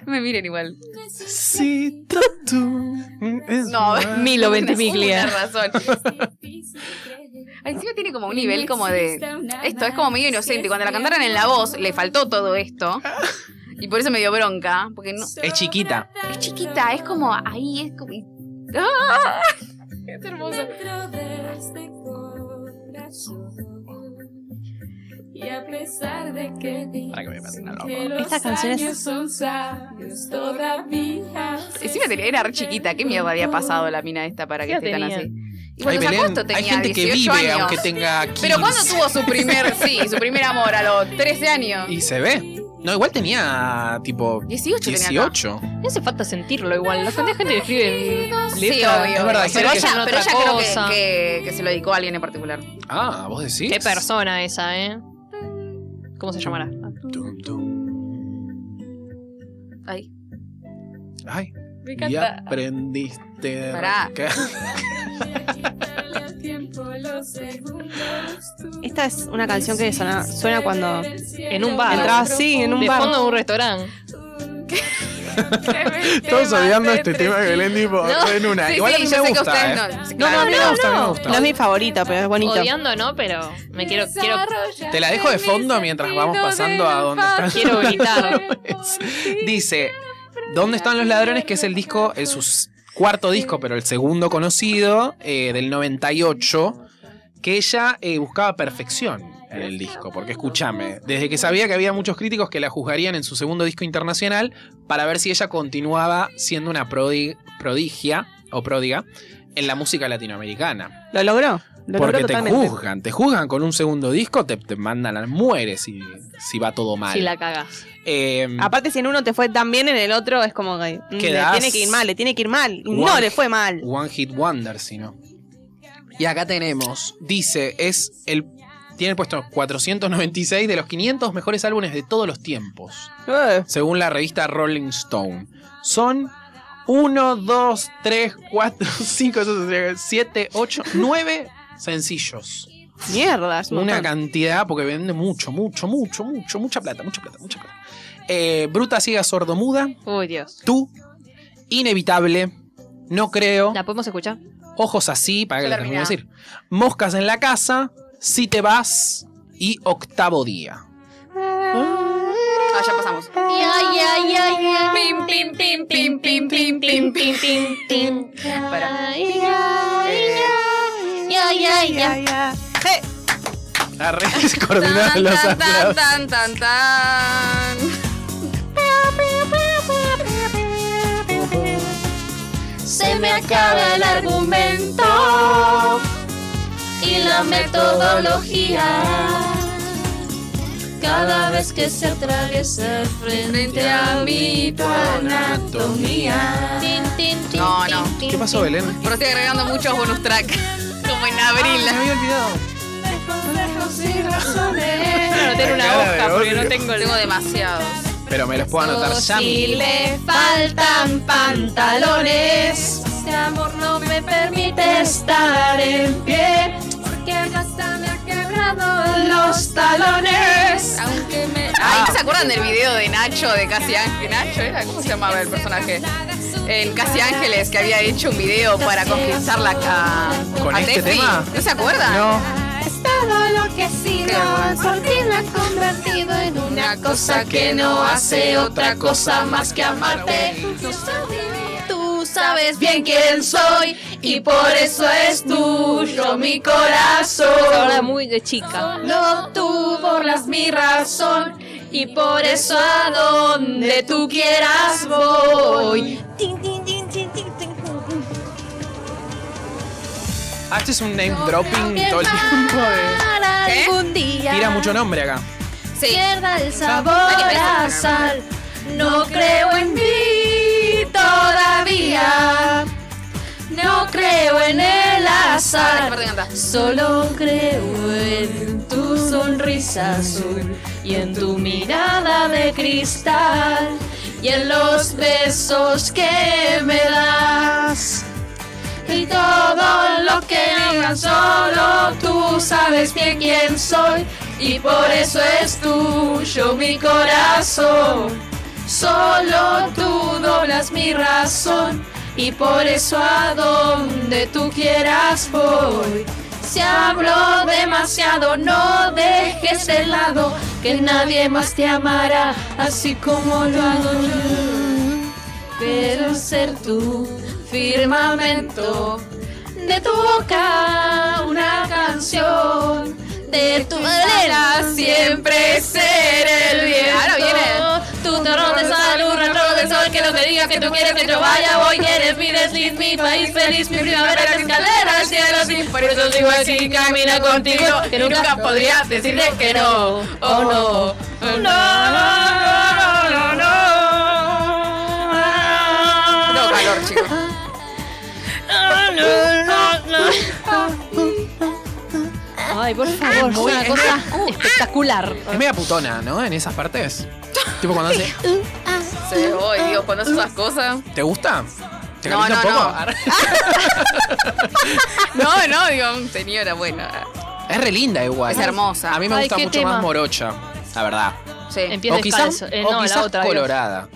Speaker 2: No me miren igual.
Speaker 1: Cita tú. es
Speaker 2: No,
Speaker 1: más.
Speaker 4: Milo Ventimiglia.
Speaker 2: Ventimiglia. razón. Ay, Encima tiene como un nivel como de. Esto es como medio inocente. Cuando la cantaron en la voz, le faltó todo esto. Y por eso me dio bronca. Porque no.
Speaker 1: Es chiquita.
Speaker 2: Es chiquita, es como ahí, es como. Es hermoso.
Speaker 5: este Y a pesar de que
Speaker 1: Para que me pasen al loco.
Speaker 3: Esta canción es-
Speaker 5: son sabios todavía.
Speaker 2: Encima tenía- era re chiquita. ¿Qué mierda había pasado la mina esta para que
Speaker 4: ¿Qué
Speaker 2: esté tan
Speaker 4: tenía?
Speaker 2: así? Y
Speaker 1: Ay,
Speaker 2: bueno, ¿sacó
Speaker 1: Belén,
Speaker 2: esto?
Speaker 1: hay
Speaker 2: Tenía
Speaker 1: gente que
Speaker 2: 18
Speaker 1: vive
Speaker 2: años.
Speaker 1: aunque tenga 15.
Speaker 2: Pero ¿cuándo tuvo su primer, sí, su primer amor? A los 13 años.
Speaker 1: Y se ve. No, igual tenía tipo
Speaker 2: 18 tenía acá.
Speaker 1: 18.
Speaker 4: No hace falta sentirlo igual. La cantidad de gente que escribe.
Speaker 2: Sí,
Speaker 1: Letra,
Speaker 2: obvio.
Speaker 1: es verdad,
Speaker 2: pero
Speaker 1: hay gente que
Speaker 2: ella,
Speaker 4: son
Speaker 2: pero
Speaker 4: otra
Speaker 2: ella creo
Speaker 4: cosa.
Speaker 2: que, que- que se lo dedicó a alguien en particular.
Speaker 1: Ah, vos decís.
Speaker 4: Qué persona esa, ¿eh? ¿Cómo se llamará?
Speaker 1: Tum, tum.
Speaker 2: Ay.
Speaker 1: Ay,
Speaker 2: Me
Speaker 1: y aprendiste. de
Speaker 2: Pará.
Speaker 1: rock.
Speaker 3: Esta es una canción que suena, suena cuando
Speaker 4: En un bar.
Speaker 3: entraba así en un
Speaker 4: de
Speaker 3: bar.
Speaker 4: fondo de un restaurante.
Speaker 1: Todos odiando este tema de Belén, tipo,
Speaker 4: No,
Speaker 1: en una.
Speaker 2: Sí,
Speaker 1: igual a
Speaker 2: sí,
Speaker 1: mí
Speaker 2: yo
Speaker 1: me
Speaker 2: sé que
Speaker 1: gusta.
Speaker 2: ustedes
Speaker 1: eh.
Speaker 2: no. sí,
Speaker 1: No, no, a
Speaker 2: claro.
Speaker 1: mí me gusta, a mí me gusta.
Speaker 3: No es mi favorita, pero es bonito.
Speaker 4: Odiando, ¿no? Pero me quiero, quiero,
Speaker 1: Te la dejo de fondo mientras vamos pasando a donde están.
Speaker 4: quiero gritar.
Speaker 1: Pues, Dice, ¿Dónde están los ladrones? Que es el disco, es su cuarto disco, pero el segundo conocido, eh, del 98, que ella eh, buscaba perfección. en el disco. Porque escúchame, desde que sabía que había muchos críticos que la juzgarían en su segundo disco internacional para ver si ella continuaba siendo una prodi- prodigia o pródiga en la música latinoamericana.
Speaker 3: Lo logró.
Speaker 1: Porque
Speaker 3: Lo logró
Speaker 1: te
Speaker 3: totalmente.
Speaker 1: juzgan, te juzgan con un segundo disco, te, te mandan a mueres si, si va todo mal.
Speaker 4: Si la cagas.
Speaker 1: Eh,
Speaker 3: Aparte, si en uno te fue tan bien, en el otro es como que mm, le
Speaker 1: Quedás-
Speaker 3: tiene que ir mal, le tiene que ir mal. Y
Speaker 1: One-
Speaker 3: No le fue mal.
Speaker 1: One Hit Wonder, si no. Y acá tenemos, dice, es el tiene puesto 496 de los 500 mejores álbumes de todos los tiempos,
Speaker 3: Eh,
Speaker 1: según la revista Rolling Stone. Son 1, 2, 3, 4, 5, 7, 8, 9 sencillos.
Speaker 3: mierda. es un
Speaker 1: Una
Speaker 3: montón.
Speaker 1: cantidad, porque vende mucho, mucho, mucho, mucho, mucha plata, mucha plata, mucha plata. Eh, Bruta Ciega Sordomuda,
Speaker 4: Uy, Dios.
Speaker 1: Tú, Inevitable, No Creo.
Speaker 4: ¿La podemos escuchar?
Speaker 1: Ojos así, para que
Speaker 4: Yo
Speaker 1: la
Speaker 4: la
Speaker 1: termine de
Speaker 4: miraba.
Speaker 1: decir. Moscas en la casa, si te vas y octavo día.
Speaker 2: Ah, ya pasamos.
Speaker 5: Pim, pim, pim, pim, pim, pim, pim, pim, pim, pim.
Speaker 2: Para.
Speaker 5: Ya, ya, ya.
Speaker 1: La red coordinada de los
Speaker 2: tan, tan,
Speaker 1: aplausos.
Speaker 2: tan, tan, tan.
Speaker 5: Se me acaba el argumento y la metodología. Cada vez que se atraviesa frente a mi tu anatomía. Tin, tin, tin,
Speaker 2: No, no.
Speaker 5: tin, tin,
Speaker 1: ¿Qué pasó,
Speaker 5: tin.
Speaker 1: Belén?
Speaker 2: Pero estoy agregando muchos bonus track. Como en abril.
Speaker 1: Me había olvidado. tengo una Cara
Speaker 4: Bueno, tengo una
Speaker 1: de hoja,
Speaker 4: hoja
Speaker 1: porque
Speaker 4: porque
Speaker 1: odio. no
Speaker 4: no tengo
Speaker 2: Tengo demasiados.
Speaker 1: Pero me los puedo anotar ya.
Speaker 5: Si le faltan pantalones,
Speaker 6: Este amor no me
Speaker 5: permite
Speaker 6: permite
Speaker 5: estar en pie.
Speaker 6: porque hasta me ha quebrado
Speaker 5: Los talones.
Speaker 6: Aunque me
Speaker 2: Ay,
Speaker 5: Ah,
Speaker 2: ¿no se acuerdan del video de Nacho, de Casi Ángel? ¿Nacho era? ¿Cómo se llamaba el personaje? Eh, El Casi Ángeles que había hecho un video para conquistarla a,
Speaker 1: ¿Con
Speaker 2: a
Speaker 1: este
Speaker 2: Tefi.
Speaker 1: tema?
Speaker 2: ¿No se acuerdan?
Speaker 1: No.
Speaker 6: Es todo lo que he sido,
Speaker 2: bueno.
Speaker 6: por ti me ha convertido en una
Speaker 5: cosa que no hace otra cosa más que amarte. Tú sabes bien quién soy y por eso es tuyo mi
Speaker 4: Ahora
Speaker 5: corazón.
Speaker 4: muy de chica.
Speaker 5: No tú borras mi razón y por eso a donde tú quieras voy.
Speaker 1: Ah, este es un name dropping todo el tiempo. de-
Speaker 2: ¿Eh?
Speaker 5: Algún día
Speaker 1: Tira mucho nombre acá.
Speaker 2: Sí.
Speaker 5: pierda el sabor a sal. No creo en mí todavía. No creo en el
Speaker 2: Ahora que
Speaker 5: azar.
Speaker 2: parte canta.
Speaker 5: Solo creo en tu sonrisa azul y en tu mirada de cristal y en los besos que me das. Y todo lo que digan solo tú sabes bien quién soy y por eso es tuyo mi corazón. Solo tú doblas mi razón y por eso a donde tú quieras voy. Si hablo demasiado, no dejes de lado que nadie más te amará, así como lo hago yo. Pero ser tú, firmamento de tu boca, una canción de tu manera, siempre ser el viento.
Speaker 2: Ahora viene.
Speaker 5: Tu torrón de sal, un rastro de sol que no te diga que tú quieres que yo vaya. Voy, eres mi desliz, mi país feliz, mi primavera, la escalera, el cielo, sí. Por eso sigo así, camina contigo, que nunca podría decirle que no. Oh no, no, no, no, no, no.
Speaker 2: Tengo calor, chicos.
Speaker 4: Ay, por favor, fue una cosa espectacular.
Speaker 1: Es media putona, ¿no? En esas partes. Tipo cuando hace.
Speaker 2: Se voy, Dios, cuando haces esas cosas.
Speaker 1: ¿Te gusta? ¿Te
Speaker 2: No,
Speaker 1: calienta
Speaker 2: no,
Speaker 1: un poco?
Speaker 2: No, no, digo, señora, bueno.
Speaker 1: Es re linda igual.
Speaker 2: Es hermosa.
Speaker 1: A mí me
Speaker 4: Ay,
Speaker 1: gusta
Speaker 4: qué
Speaker 1: mucho
Speaker 4: tema.
Speaker 1: más morocha, la verdad.
Speaker 2: Sí.
Speaker 4: Empieza
Speaker 1: o quizás,
Speaker 4: descalzo. Eh,
Speaker 1: o
Speaker 4: no,
Speaker 1: quizás
Speaker 4: la otra. Dios.
Speaker 1: colorada.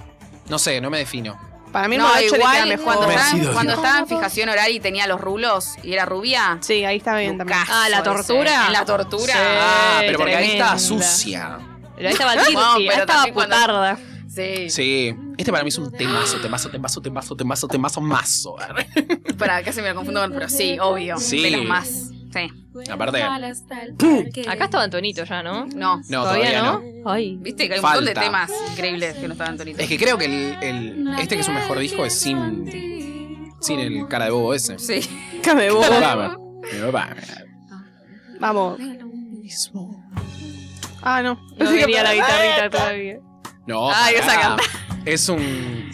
Speaker 1: No sé, no me defino.
Speaker 3: Para mí, el
Speaker 2: No,
Speaker 3: morocho le queda
Speaker 2: igual
Speaker 3: mejor.
Speaker 2: cuando estaba,
Speaker 1: Convencido,
Speaker 2: cuando
Speaker 1: Dios.
Speaker 2: estaba en fijación horaria y tenía los rulos y era rubia.
Speaker 3: Sí, ahí está bien también.
Speaker 2: Lucaso
Speaker 4: Ah, la
Speaker 2: ese.
Speaker 4: tortura.
Speaker 2: En la tortura.
Speaker 4: Sí.
Speaker 1: Ah, pero porque ahí
Speaker 4: Eh, tremenda.
Speaker 1: está sucia.
Speaker 4: Pero ahí estaba Tirsi,
Speaker 2: No,
Speaker 4: ahí
Speaker 2: pero
Speaker 4: estaba
Speaker 2: también cuando-
Speaker 4: putarda.
Speaker 2: Sí.
Speaker 1: Sí. Este para mí es un temazo, temazo, temazo, temazo, temazo, temazo, mazo.
Speaker 2: Para acá se me lo confundo con, pero sí, obvio.
Speaker 1: Sí.
Speaker 2: Menos más. Sí.
Speaker 1: Aparte-
Speaker 4: Acá estaba Antonito ya, ¿no?
Speaker 2: No.
Speaker 1: No, todavía no.
Speaker 4: Ay.
Speaker 2: Viste que hay un
Speaker 1: Falta.
Speaker 2: montón de temas increíbles que no estaban Antonito.
Speaker 1: Es que creo que el, el- este que es su mejor disco es sin, sin el cara de bobo ese.
Speaker 2: Sí.
Speaker 3: Cáme vos.
Speaker 1: Vamos.
Speaker 3: Vamos. Ah, no.
Speaker 4: No
Speaker 3: Pensé que-
Speaker 4: quería la guitarrita todavía.
Speaker 1: No.
Speaker 2: Ay, esa
Speaker 1: pará. Es un.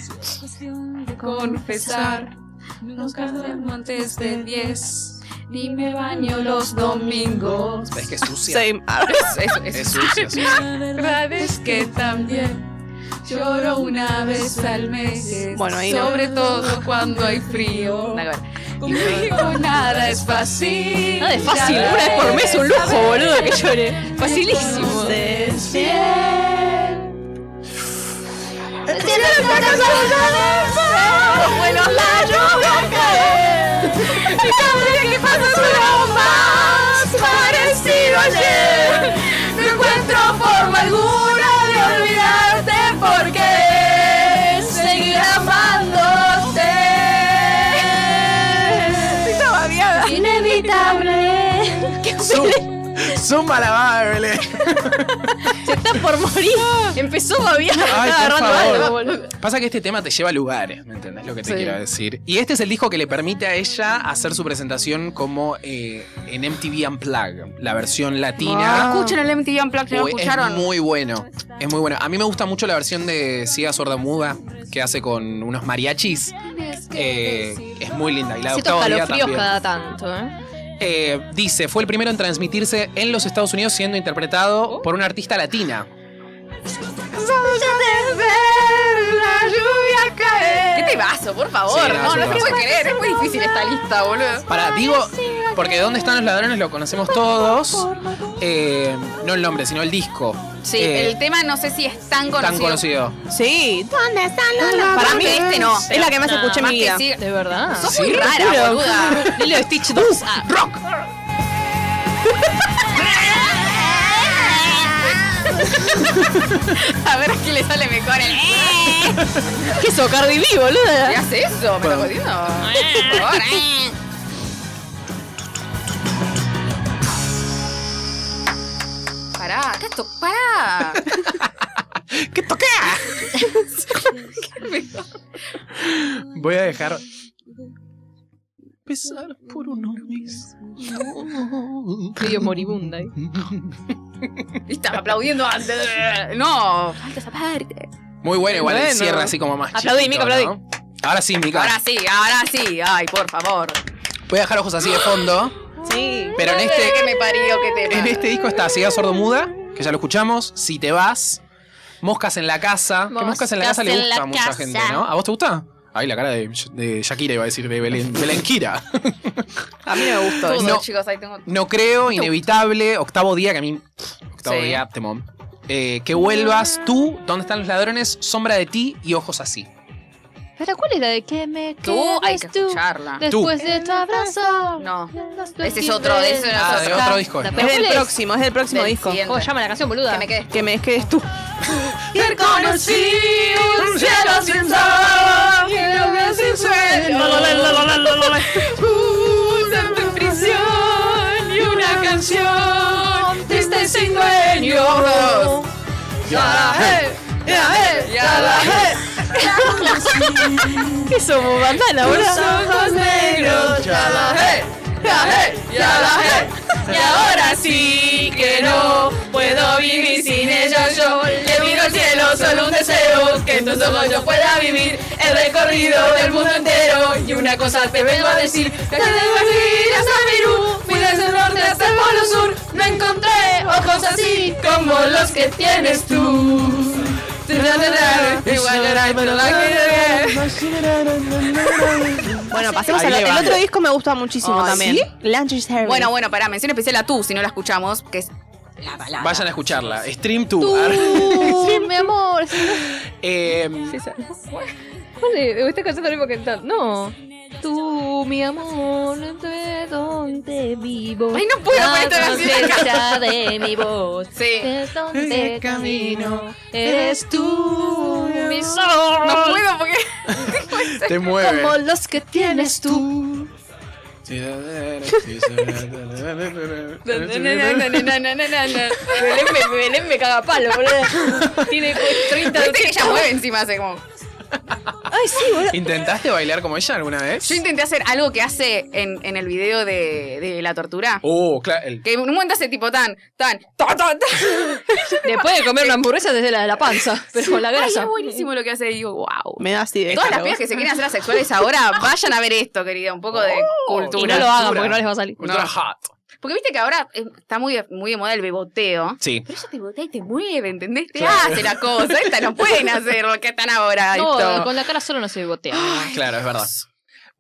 Speaker 5: confesar. Nunca duermo antes de 10, ni me baño los domingos.
Speaker 1: Es que es sucia.
Speaker 3: Same. Ah,
Speaker 2: Es, es-
Speaker 1: Es
Speaker 2: es-
Speaker 1: sucia, sucia.
Speaker 5: La verdad es que también lloro una vez al mes.
Speaker 3: Bueno, ahí no.
Speaker 5: sobre todo cuando hay frío.
Speaker 2: Nada que ver.
Speaker 5: Conmigo nada es fácil.
Speaker 4: Nada es fácil,
Speaker 5: Ya
Speaker 4: una vez por mes un
Speaker 5: ves,
Speaker 4: lujo, boludo, que llore. Facilísimo.
Speaker 5: conoces bien.
Speaker 2: Bueno, la lluvia cae. Y cada que pasa será más parecido ayer. No encuentro forma alguna de olvidarte porque seguir amándote.
Speaker 1: Zum- Zumba la baile.
Speaker 4: Está por morir. Empezó a babear.
Speaker 1: Ay,
Speaker 4: Está
Speaker 1: por
Speaker 4: agarrando
Speaker 1: favor.
Speaker 4: algo, boludo.
Speaker 1: Pasa que este tema te lleva a lugares, ¿me entendés lo que te
Speaker 2: Sí.
Speaker 1: quiero decir? Y este es el disco que le permite a ella hacer su presentación como eh, en MTV Unplugged, la versión latina.
Speaker 2: Escuchen el MTV Unplugged, si no lo
Speaker 1: Uy,
Speaker 2: escucharon.
Speaker 1: Es muy bueno, es muy bueno. A mí me gusta mucho la versión de Ciega Sorda Muda que hace con unos mariachis. Eh, es muy linda. Y la de
Speaker 4: Siento
Speaker 1: Octavo Día
Speaker 4: escalofríos
Speaker 1: también.
Speaker 4: cada tanto, ¿eh?
Speaker 1: Eh, dice, fue el primero en transmitirse en los Estados Unidos siendo
Speaker 4: Oh.
Speaker 1: interpretado por una artista latina.
Speaker 2: ¿Qué te vaso, por favor?
Speaker 1: Sí, no,
Speaker 2: no, no
Speaker 1: sí,
Speaker 2: se puede
Speaker 1: vaso.
Speaker 2: creer, es muy difícil esta lista, boludo.
Speaker 1: Para, digo, porque ¿Dónde están los ladrones? lo conocemos todos. Eh, no el nombre, sino el disco.
Speaker 2: Sí,
Speaker 1: Eh,
Speaker 2: el tema no sé si es tan conocido.
Speaker 1: tan conocido.
Speaker 3: Sí. ¿Dónde están los
Speaker 2: Para mí este no.
Speaker 3: Es la que más
Speaker 4: No,
Speaker 3: escuché en
Speaker 2: Más
Speaker 3: mi
Speaker 2: que
Speaker 3: vida.
Speaker 2: sí.
Speaker 4: De verdad.
Speaker 2: Sos muy rara, boluda.
Speaker 4: Lilo y Stitch 2. Ah,
Speaker 1: ¡Rock!
Speaker 2: A ver a quién le sale mejor el. ¿Qué
Speaker 4: ¿Qué es eso, Cardi B, boluda?
Speaker 2: hace eso? ¿Me está jodiendo? Por favor, eh. Pará, ¿qué esto? Pará.
Speaker 1: ¿Qué toca? Voy a dejar. Pesar por uno mismo.
Speaker 4: Medio moribunda. ¿eh?
Speaker 2: Estaba aplaudiendo antes. No.
Speaker 1: Muy bueno, igual
Speaker 4: Bueno.
Speaker 1: el cierre así como más.
Speaker 4: Aplaudí,
Speaker 1: chiquito,
Speaker 4: Mica, aplaudí.
Speaker 1: ¿no? Ahora sí, Mica.
Speaker 2: Ahora sí, ahora sí. Ay, por favor.
Speaker 1: Voy a dejar ojos así de fondo.
Speaker 3: Sí.
Speaker 1: Pero en este,
Speaker 2: que me parió, qué tema.
Speaker 1: en este disco está Ciega Sordomuda, que ya lo escuchamos. Si te vas. Moscas en la casa. que moscas en la
Speaker 4: Moscas
Speaker 1: casa le
Speaker 4: en
Speaker 1: gusta
Speaker 4: la
Speaker 1: a mucha
Speaker 4: casa.
Speaker 1: gente, ¿no? ¿A vos te gusta? Ay, la cara de, de Shakira iba a decir, de Belén, Belén Kira.
Speaker 3: A mí no me gustó.
Speaker 2: Todo,
Speaker 1: No.
Speaker 2: chicos, ahí tengo.
Speaker 1: No creo, inevitable, octavo día, que a mí. Octavo
Speaker 2: Sí.
Speaker 1: día, temón. Eh, que vuelvas tú, ¿dónde están los ladrones? Sombra de ti y ojos así.
Speaker 4: ¿Pero cuál es la de que me
Speaker 2: Tú hay
Speaker 4: quedas
Speaker 2: que
Speaker 4: tú?
Speaker 2: escucharla.
Speaker 4: Después de tu abrazo.
Speaker 2: No.
Speaker 4: Ese
Speaker 2: Ese es otro, de eso era
Speaker 1: Ah,
Speaker 2: otro.
Speaker 1: de otro disco.
Speaker 4: La
Speaker 1: ¿no?
Speaker 4: Pero
Speaker 3: Es
Speaker 4: ¿cuál
Speaker 3: del
Speaker 4: es?
Speaker 3: próximo, es del próximo
Speaker 2: Del
Speaker 3: disco.
Speaker 2: siguiente.
Speaker 4: ¿Cómo se llama la canción, boluda?
Speaker 2: Que me quede.
Speaker 3: Que me quedes tú.
Speaker 5: Y conocí un cielo sin sol y un mar sin suelo. Puse en prisión y una canción este triste y sin dueño. Ya la he, ya he, ya eh. la he.
Speaker 4: ¿Qué somos, bandana,
Speaker 5: Tus ojos negros, ya la he, ya he, ya la he. Y ahora sí que no puedo vivir sin ella yo. Le miro al cielo, solo un deseo, que en tus ojos yo pueda vivir el recorrido del mundo entero. Y una cosa te vengo a decir, que de Brasil hasta Perú, fui desde el norte hasta el polo sur, no encontré ojos así como los que tienes tú.
Speaker 3: Bueno, pasemos
Speaker 1: Ahí
Speaker 3: al
Speaker 1: le
Speaker 3: el
Speaker 1: va.
Speaker 3: otro disco me gusta muchísimo
Speaker 2: Ah,
Speaker 3: también.
Speaker 2: ¿sí?
Speaker 3: Lunch Service.
Speaker 2: Bueno, bueno, pará, mención especial a tú si no la escuchamos, que es la balada.
Speaker 1: Vayan a escucharla. Stream tú.
Speaker 4: Tú, mi amor.
Speaker 1: Eh,
Speaker 4: ¿Cuál es? Me está cantando la misma que está- No. Tú, mi amor, no sé dónde vivo.
Speaker 2: Ay, no puedo con esta
Speaker 4: Nada
Speaker 2: canción acá.
Speaker 4: cerca de mi voz.
Speaker 2: Sí.
Speaker 4: Es donde
Speaker 1: Ese camino
Speaker 4: camino. Eres tú, mi sol.
Speaker 2: No puedo porque.
Speaker 1: te mueve.
Speaker 4: Como los que tienes tú. Belén me, Belén me caga palo, boludo. Tiene 30
Speaker 2: Viste que ella mueve encima, hace como.
Speaker 3: Ay, sí, boludo.
Speaker 1: ¿Intentaste bailar como ella alguna vez?
Speaker 2: Yo intenté hacer algo que hace en, en el video de, de la tortura.
Speaker 1: Oh, claro. el-
Speaker 2: Que en un momento hace tipo tan, tan, ta, ta, ta.
Speaker 4: Después de comer una hamburguesa desde la de la panza, pero con la
Speaker 2: Ay, es
Speaker 4: grasa.
Speaker 2: buenísimo lo que hace. Y digo, wow.
Speaker 3: Me da así de.
Speaker 2: Todas las pibas que se quieren hacer asexuales ahora, vayan a ver esto, querida. Un poco de
Speaker 1: Oh.
Speaker 4: Y
Speaker 2: cultura.
Speaker 4: no lo hagan porque no les va a salir.
Speaker 1: Ultra hot.
Speaker 2: Porque viste que ahora eh, está muy de, muy de moda el beboteo.
Speaker 1: Sí.
Speaker 2: Pero ella te botea y te mueve, ¿entendés? Te
Speaker 1: Claro.
Speaker 2: hace la cosa. Esta no pueden hacer lo que están ahora.
Speaker 4: No,
Speaker 2: esto.
Speaker 4: con la cara solo no se botea.
Speaker 1: Claro, es verdad.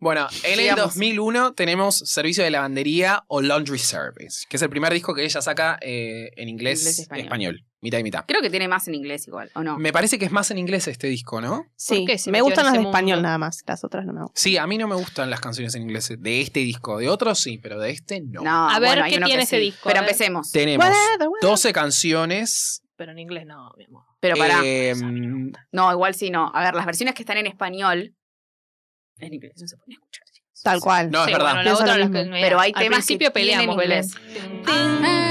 Speaker 1: Bueno, en
Speaker 2: Sigamos.
Speaker 1: el 2001 tenemos servicio de lavandería o laundry service, que es el primer disco que ella saca eh, en inglés,
Speaker 2: Inglés,
Speaker 1: español.
Speaker 2: español.
Speaker 1: mitad y mitad.
Speaker 2: Creo que tiene más en inglés igual, ¿o no?
Speaker 1: Me parece que es más en inglés este disco, ¿no?
Speaker 3: Sí,
Speaker 4: ¿Por qué se
Speaker 3: me
Speaker 4: metió
Speaker 3: gustan
Speaker 4: en
Speaker 3: las de
Speaker 4: ese
Speaker 3: español
Speaker 4: mundo?
Speaker 3: nada más, las otras no me gustan.
Speaker 1: Sí, a mí no me gustan las canciones en inglés de este disco. De otros sí, pero de este no.
Speaker 2: No,
Speaker 4: A ver,
Speaker 2: bueno, hay
Speaker 4: ¿qué
Speaker 2: uno que
Speaker 4: tiene ese
Speaker 2: sí.
Speaker 4: disco?
Speaker 2: Pero
Speaker 4: A ver.
Speaker 2: empecemos.
Speaker 1: Tenemos
Speaker 3: Whatever, whatever.
Speaker 1: 12 canciones.
Speaker 4: Pero en inglés no, mi amor.
Speaker 2: Pero pará.
Speaker 1: eh,
Speaker 2: No, igual sí, no. A ver, las versiones que están en español. En inglés no se pueden escuchar. chicos.
Speaker 3: Tal cual.
Speaker 1: no, es
Speaker 4: Sí,
Speaker 1: verdad.
Speaker 4: bueno, la
Speaker 3: Pienso
Speaker 4: otra
Speaker 3: lo
Speaker 4: las
Speaker 3: mismo.
Speaker 4: que-
Speaker 2: Pero hay
Speaker 4: Al
Speaker 2: temas que
Speaker 4: principio
Speaker 2: tienen
Speaker 4: peleamos, Belén.
Speaker 2: inglés.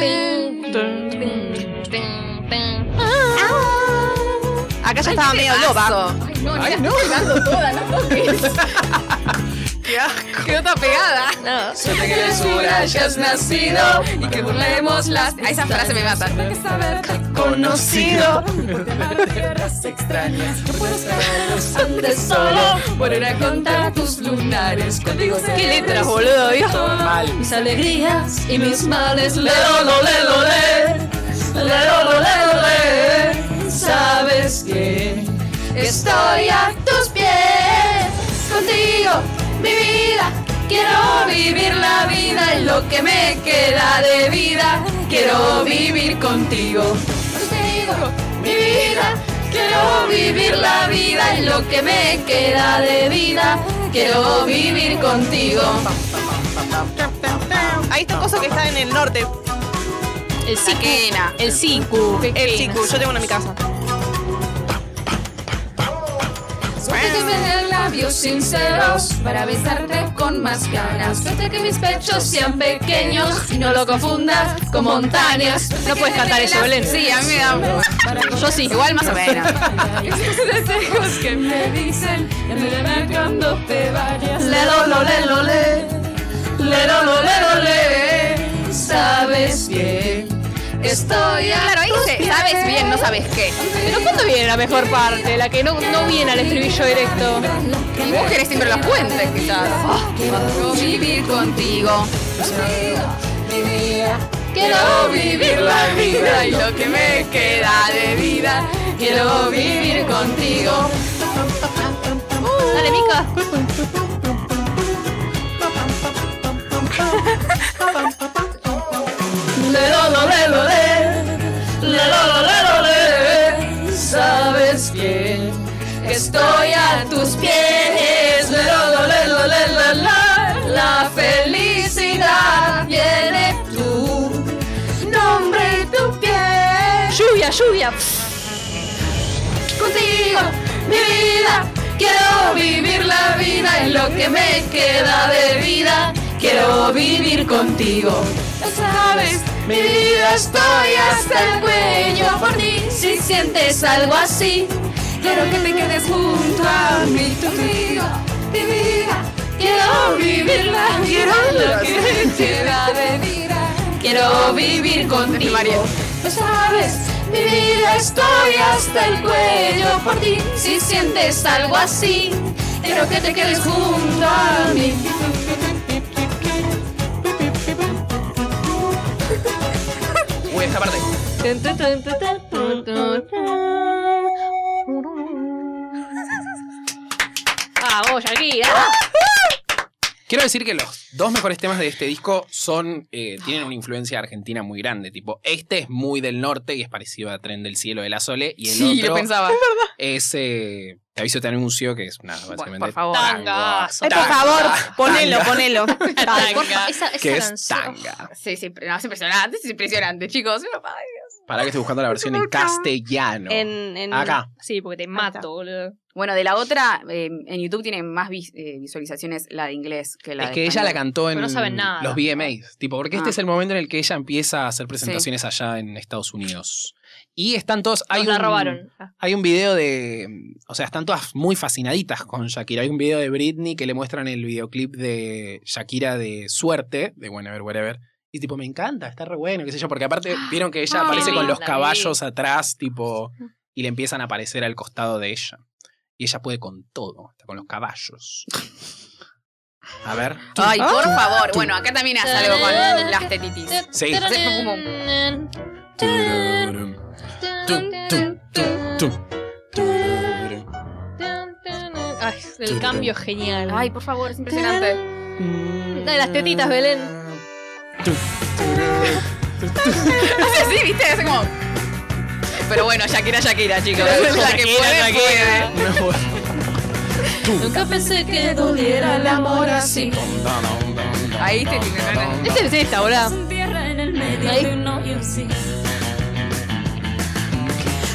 Speaker 2: Acá ya estaba medio loba. Ay, no,
Speaker 1: Ay,
Speaker 2: la
Speaker 1: no.
Speaker 2: estoy dando toda, no toques.
Speaker 1: ¡Qué asco!
Speaker 2: Quedó toda pegada.
Speaker 4: No.
Speaker 5: Suerte que eres una hayas nacido y que burlemos las
Speaker 2: A esa frase me mata.
Speaker 5: Hay que saberte conocido porque las tierras extrañas no puedes caerlos antes solo volver a contar tus lunares contigo
Speaker 4: Qué letras, boludo, Dios.
Speaker 5: mis alegrías y mis males lelo lo lelo le lelo lo lelo le sabes que estoy a tus pies contigo mi vida quiero vivir la vida en lo que me queda de vida quiero vivir contigo contigo mi vida quiero vivir la vida en lo que me queda de vida quiero vivir contigo
Speaker 3: Ahí está un coso que está en el norte,
Speaker 4: El siku.
Speaker 2: Quena.
Speaker 4: El siku.
Speaker 3: el chico. Yo tengo uno en mi casa.
Speaker 5: Suerte que me den labios sinceros para besarte con más ganas. Suerte que mis pechos sean pequeños y no lo confundas con montañas.
Speaker 4: No puedes cantar eso, Belén.
Speaker 2: Sí, a mí me da.
Speaker 4: Yo sí.
Speaker 2: Igual más o menos.
Speaker 5: Esos Deseos que me dicen que me verán cuando te vayas. Lelo, lo, lelo, le. Lelo, lo, lelo, le. Sabes bien. Estoy a
Speaker 2: Claro, ahí
Speaker 5: tus
Speaker 2: dice,
Speaker 5: pies.
Speaker 2: sabes bien, no sabes qué.
Speaker 4: Pero ¿cuándo viene la mejor parte? La que no, no viene al estribillo directo.
Speaker 2: Y vos querés siempre los puentes, quizás.
Speaker 5: Quiero vivir
Speaker 2: Contigo.
Speaker 5: Quiero vivir la vida y lo que me queda de vida. Quiero vivir contigo.
Speaker 4: Dale, Mica.
Speaker 5: Lelo, lo, lelo, le. Lelo, lo, lelo, le. Sabes bien que estoy a tus pies. Lelo, lo, lelo, le, la, la. La felicidad viene tu nombre y tu piel.
Speaker 4: Lluvia, lluvia.
Speaker 5: contigo mi vida. Quiero vivir la vida en lo que me queda de vida. Quiero vivir contigo. Lo sabes, mi vida estoy hasta el cuello por ti. Si sientes algo así, quiero que te quedes junto a mí, tu vida, mi vida. Quiero vivir la vida en lo que me queda de vida. Quiero vivir contigo. Lo sabes, mi vida estoy hasta el cuello por ti. Si sientes algo así, quiero que te quedes junto a mí.
Speaker 1: Uy, esta parte.
Speaker 4: Vamos, Shakira.
Speaker 1: Quiero decir que los dos mejores temas de este disco son eh, tienen una influencia argentina muy grande. Tipo, este es muy del norte y es parecido a Tren del Cielo de la Sole. Y el
Speaker 2: Sí,
Speaker 1: otro
Speaker 2: lo pensaba.
Speaker 1: es eh, Te aviso, te anuncio, que es una básicamente
Speaker 2: por favor.
Speaker 1: tango,
Speaker 4: Tangas.
Speaker 3: Ay, por
Speaker 1: tanga,
Speaker 3: favor, ponelo,
Speaker 1: tanga,
Speaker 3: ponelo.
Speaker 4: Porfa, esa, esa
Speaker 1: Que es
Speaker 4: canción.
Speaker 1: tanga.
Speaker 2: Sí, sí, no, es impresionante, es impresionante, chicos. Ay, Dios.
Speaker 1: Para que estoy buscando la versión en castellano.
Speaker 3: En, en-
Speaker 1: Acá.
Speaker 4: Sí, porque te
Speaker 2: está.
Speaker 4: mato, boludo.
Speaker 2: Bueno, de la otra, eh, en YouTube tiene más vis- eh, visualizaciones la de inglés que la
Speaker 1: es
Speaker 2: de
Speaker 1: que ella
Speaker 2: español.
Speaker 1: la cantó en
Speaker 4: Pero no saben nada.
Speaker 1: los VMAs. Tipo, porque este
Speaker 2: Ah.
Speaker 1: es el momento en el que ella empieza a hacer presentaciones allá en Estados Unidos. Y están todos. Hay
Speaker 4: Nos la
Speaker 1: un-
Speaker 4: robaron. Ah,
Speaker 1: Hay un video de. O sea, están todas muy fascinaditas con Shakira. Hay un video de Britney que le muestran el videoclip de Shakira de Suerte, de Whenever, Wherever. Y tipo, me encanta, está re bueno, qué sé yo. Porque aparte, vieron que ella
Speaker 2: Ah,
Speaker 1: aparece
Speaker 2: la
Speaker 1: con
Speaker 4: vi,
Speaker 1: los
Speaker 4: la vi.
Speaker 1: caballos atrás, tipo. Y le empiezan a aparecer al costado de ella. Y ella puede con todo, hasta con los caballos. A ver.
Speaker 2: Ay, por
Speaker 1: Ah.
Speaker 2: favor. Bueno, acá también hace algo con las tetitis.
Speaker 1: Sí. Tum, tum, tum, tum, tum.
Speaker 4: Ay, el cambio es genial.
Speaker 2: Ay, por favor, es impresionante.
Speaker 4: Dale las tetitas, Belén.
Speaker 2: Hace así, ¿viste? Hace como... Pero bueno, Shakira, Shakira, chicos. La que puede, puede.
Speaker 4: Nunca pensé que
Speaker 5: Doliera el amor así.
Speaker 2: Ahí te tienen.
Speaker 4: Este es esta, boludo.
Speaker 5: Sin tierra en el medio
Speaker 4: Ahí.
Speaker 5: de un no y un sí.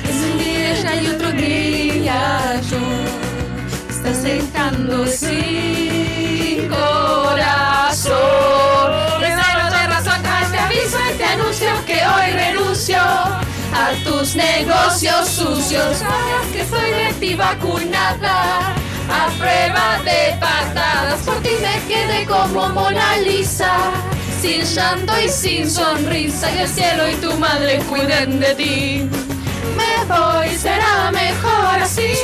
Speaker 5: Es un día y otro día yo. Estás dejando sin corazón. Reservas de razón, ah, te aviso y te anuncio que hoy renuncio a tus negocios sucios. Sabes que soy de ti vacunada. A prueba de patadas, por ti me quedé como Mona Lisa sin llanto y sin sonrisa, que el cielo y tu madre cuiden de ti. Me voy, será mejor así.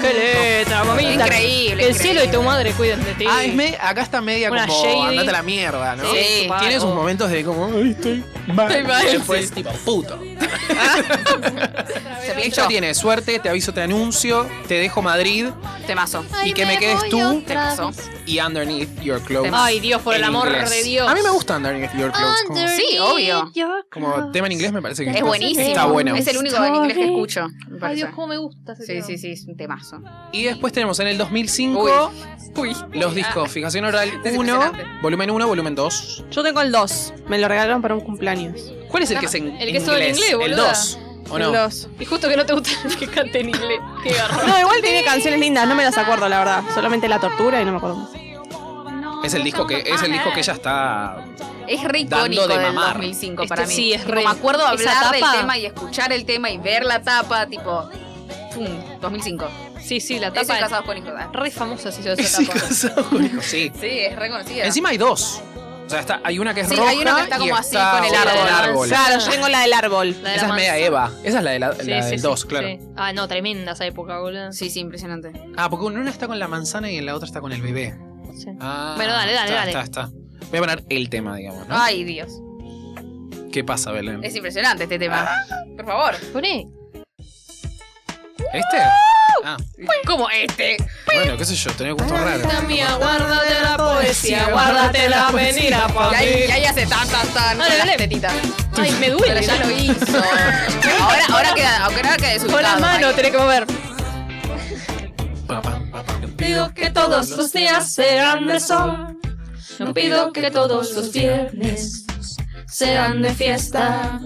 Speaker 4: Qué letra, mamita.
Speaker 2: Increíble.
Speaker 4: El
Speaker 2: increíble.
Speaker 4: cielo y tu madre cuidan de ti.
Speaker 1: Ah, es me- acá está media
Speaker 4: Una
Speaker 1: como
Speaker 4: shady.
Speaker 1: andate a la mierda, ¿no?
Speaker 2: Sí,
Speaker 4: chupalo.
Speaker 1: Tiene sus momentos de como, ay, estoy mal.
Speaker 2: Estoy mal,
Speaker 1: Y después, tipo, puto.
Speaker 2: Se pinchó.
Speaker 1: Ella tiene suerte, te aviso, te anuncio, te dejo Madrid
Speaker 2: Temazo.
Speaker 1: y que me quedes tú
Speaker 2: Temazo.
Speaker 1: y Underneath Your Clothes.
Speaker 2: Temazo.
Speaker 4: Ay, Dios, por el
Speaker 1: en
Speaker 4: amor
Speaker 1: inglés.
Speaker 4: de Dios.
Speaker 1: A mí me gusta Underneath Your Clothes. como-
Speaker 2: Sí, obvio.
Speaker 1: Como tema en inglés me parece que
Speaker 2: Es
Speaker 1: está-
Speaker 2: buenísimo.
Speaker 1: Está bueno.
Speaker 2: Es el único en inglés que escucho. me
Speaker 4: Ay,
Speaker 2: parece.
Speaker 4: Dios, cómo me gusta ese
Speaker 2: Sí,
Speaker 4: tema.
Speaker 2: sí, sí, es un temazo.
Speaker 1: Y después tenemos en el 2005
Speaker 2: Uy.
Speaker 1: los discos Fijación Oral
Speaker 2: Es
Speaker 1: 1,
Speaker 2: impresionante.
Speaker 1: volumen 1, volumen 2.
Speaker 3: Yo tengo el 2. Me lo regalaron para un cumpleaños.
Speaker 1: ¿Cuál es el
Speaker 2: Ah,
Speaker 1: que es
Speaker 2: eh,
Speaker 1: en
Speaker 4: El que es en inglés,
Speaker 1: El
Speaker 4: boluda.
Speaker 1: 2. ¿O no?
Speaker 3: El 2.
Speaker 4: Y justo que no te gusta que cante en inglés. Qué garrón.
Speaker 3: No, igual tiene canciones lindas, no me las acuerdo, la verdad. Solamente La Tortura y no me acuerdo más.
Speaker 1: Es el disco que es el disco que ella está
Speaker 2: Es re
Speaker 1: Dando
Speaker 2: icónico
Speaker 1: de
Speaker 2: del
Speaker 1: mamar.
Speaker 2: 2005
Speaker 4: Este
Speaker 2: para mí.
Speaker 4: sí, es
Speaker 2: Tipo,
Speaker 4: re-
Speaker 2: me acuerdo
Speaker 4: esa
Speaker 2: hablar del
Speaker 4: tapa.
Speaker 2: tema y escuchar el tema y ver la tapa, tipo. Pum, 2005.
Speaker 4: Sí, sí, la
Speaker 2: Eso y
Speaker 4: tapa.
Speaker 2: casados con hijos. ah.
Speaker 4: Re famosa se hizo esa tapa.
Speaker 1: Sí.
Speaker 2: Sí, es reconocida.
Speaker 1: Encima hay dos. O sea, está, hay una que es
Speaker 2: Sí,
Speaker 1: roja
Speaker 2: hay una que está
Speaker 1: y
Speaker 2: como así
Speaker 1: está
Speaker 2: con el
Speaker 1: otra
Speaker 2: árbol.
Speaker 1: del
Speaker 3: Claro, yo tengo la del árbol.
Speaker 4: La de la
Speaker 1: Esa es
Speaker 4: mansa.
Speaker 1: media Eva. Esa es la de la,
Speaker 4: Sí,
Speaker 1: la
Speaker 4: sí,
Speaker 1: del
Speaker 4: sí,
Speaker 1: 2, claro.
Speaker 4: sí. Ah, no, tremenda esa época, boludo.
Speaker 2: Sí, sí, impresionante.
Speaker 1: Ah, porque en una está con la manzana y en la otra está con el bebé.
Speaker 4: Sí.
Speaker 1: Ah,
Speaker 4: Bueno, dale, dale,
Speaker 1: está,
Speaker 4: dale.
Speaker 1: Está, está. Voy a poner el tema, digamos, ¿no?
Speaker 2: Ay, Dios.
Speaker 1: ¿Qué pasa, Belén?
Speaker 2: Es impresionante este tema. Por favor.
Speaker 4: Poné.
Speaker 1: ¿Este? Ah,
Speaker 2: Como este.
Speaker 1: bueno, qué sé yo, tenés gusto raro.
Speaker 5: mía, guárdate la poesía, guárdate la venida
Speaker 2: Y ahí, y ahí hace tan, tan, tan.
Speaker 4: Dale,
Speaker 2: con las
Speaker 4: dale.
Speaker 2: tetitas.
Speaker 4: Ay, me
Speaker 2: Pero
Speaker 4: duele.
Speaker 2: ya lo hizo. Ahora, ahora queda, ahora queda desubicado.
Speaker 4: Con la mano
Speaker 2: Mike.
Speaker 4: tenés que mover.
Speaker 1: Pa, pa, pa, pa.
Speaker 5: Pido que todos los días sean de sol. No pido que todos los viernes sean de fiesta.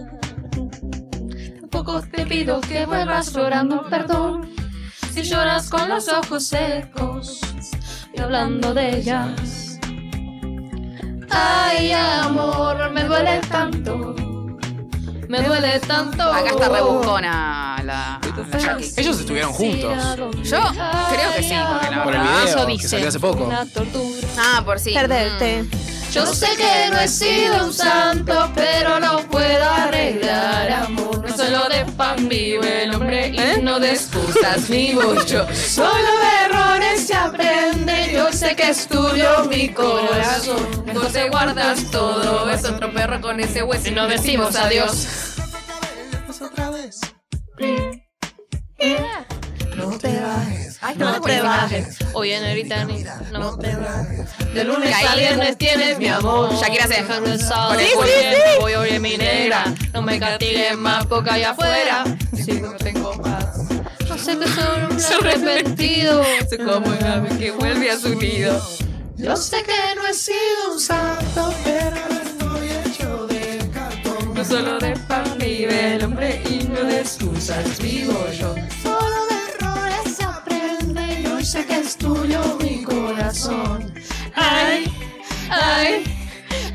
Speaker 5: Tampoco te pido que vuelvas llorando perdón. Si lloras con los ojos secos y hablando de ellas. Ay, amor, me duele tanto. Me duele tanto.
Speaker 2: Acá está rebuscona la, la Jackie.
Speaker 1: Ellos estuvieron juntos.
Speaker 2: Yo creo que sí, porque la
Speaker 1: Por el
Speaker 2: verdad.
Speaker 1: video
Speaker 4: Eso
Speaker 1: que
Speaker 4: dice.
Speaker 1: salió hace poco.
Speaker 5: Una tortura.
Speaker 2: Ah, por sí.
Speaker 3: Perderte.
Speaker 5: Yo sé que no he sido un santo, pero lo puedo arreglar, amor. No solo de pan vive el hombre y
Speaker 4: ¿Eh?
Speaker 5: no de excusas ni mucho. Solo de errores se aprende, yo sé que es tuyo mi corazón. Mejor te guardas todo, es otro perro con ese hueso y nos decimos adiós. No te bajes,
Speaker 2: Ay, no,
Speaker 5: no te bajes.
Speaker 4: Oye, ahorita ni. No.
Speaker 5: De lunes a viernes tienes mi amor.
Speaker 2: Shakira se-
Speaker 5: Dejando el sábado por el tiempo y hoy es mi negra. No me castigues más porque allá afuera. Si no tengo paz. No sé que soy un arrepentido.
Speaker 2: Sé como el ave que vuelve a su nido.
Speaker 5: Yo sé que no he sido un santo, pero estoy hecho de cartón. No solo de pan vive el hombre y no de excusas vivo yo. Solo de errores se aprende y hoy sé que es tuyo mi corazón. Ay, ay,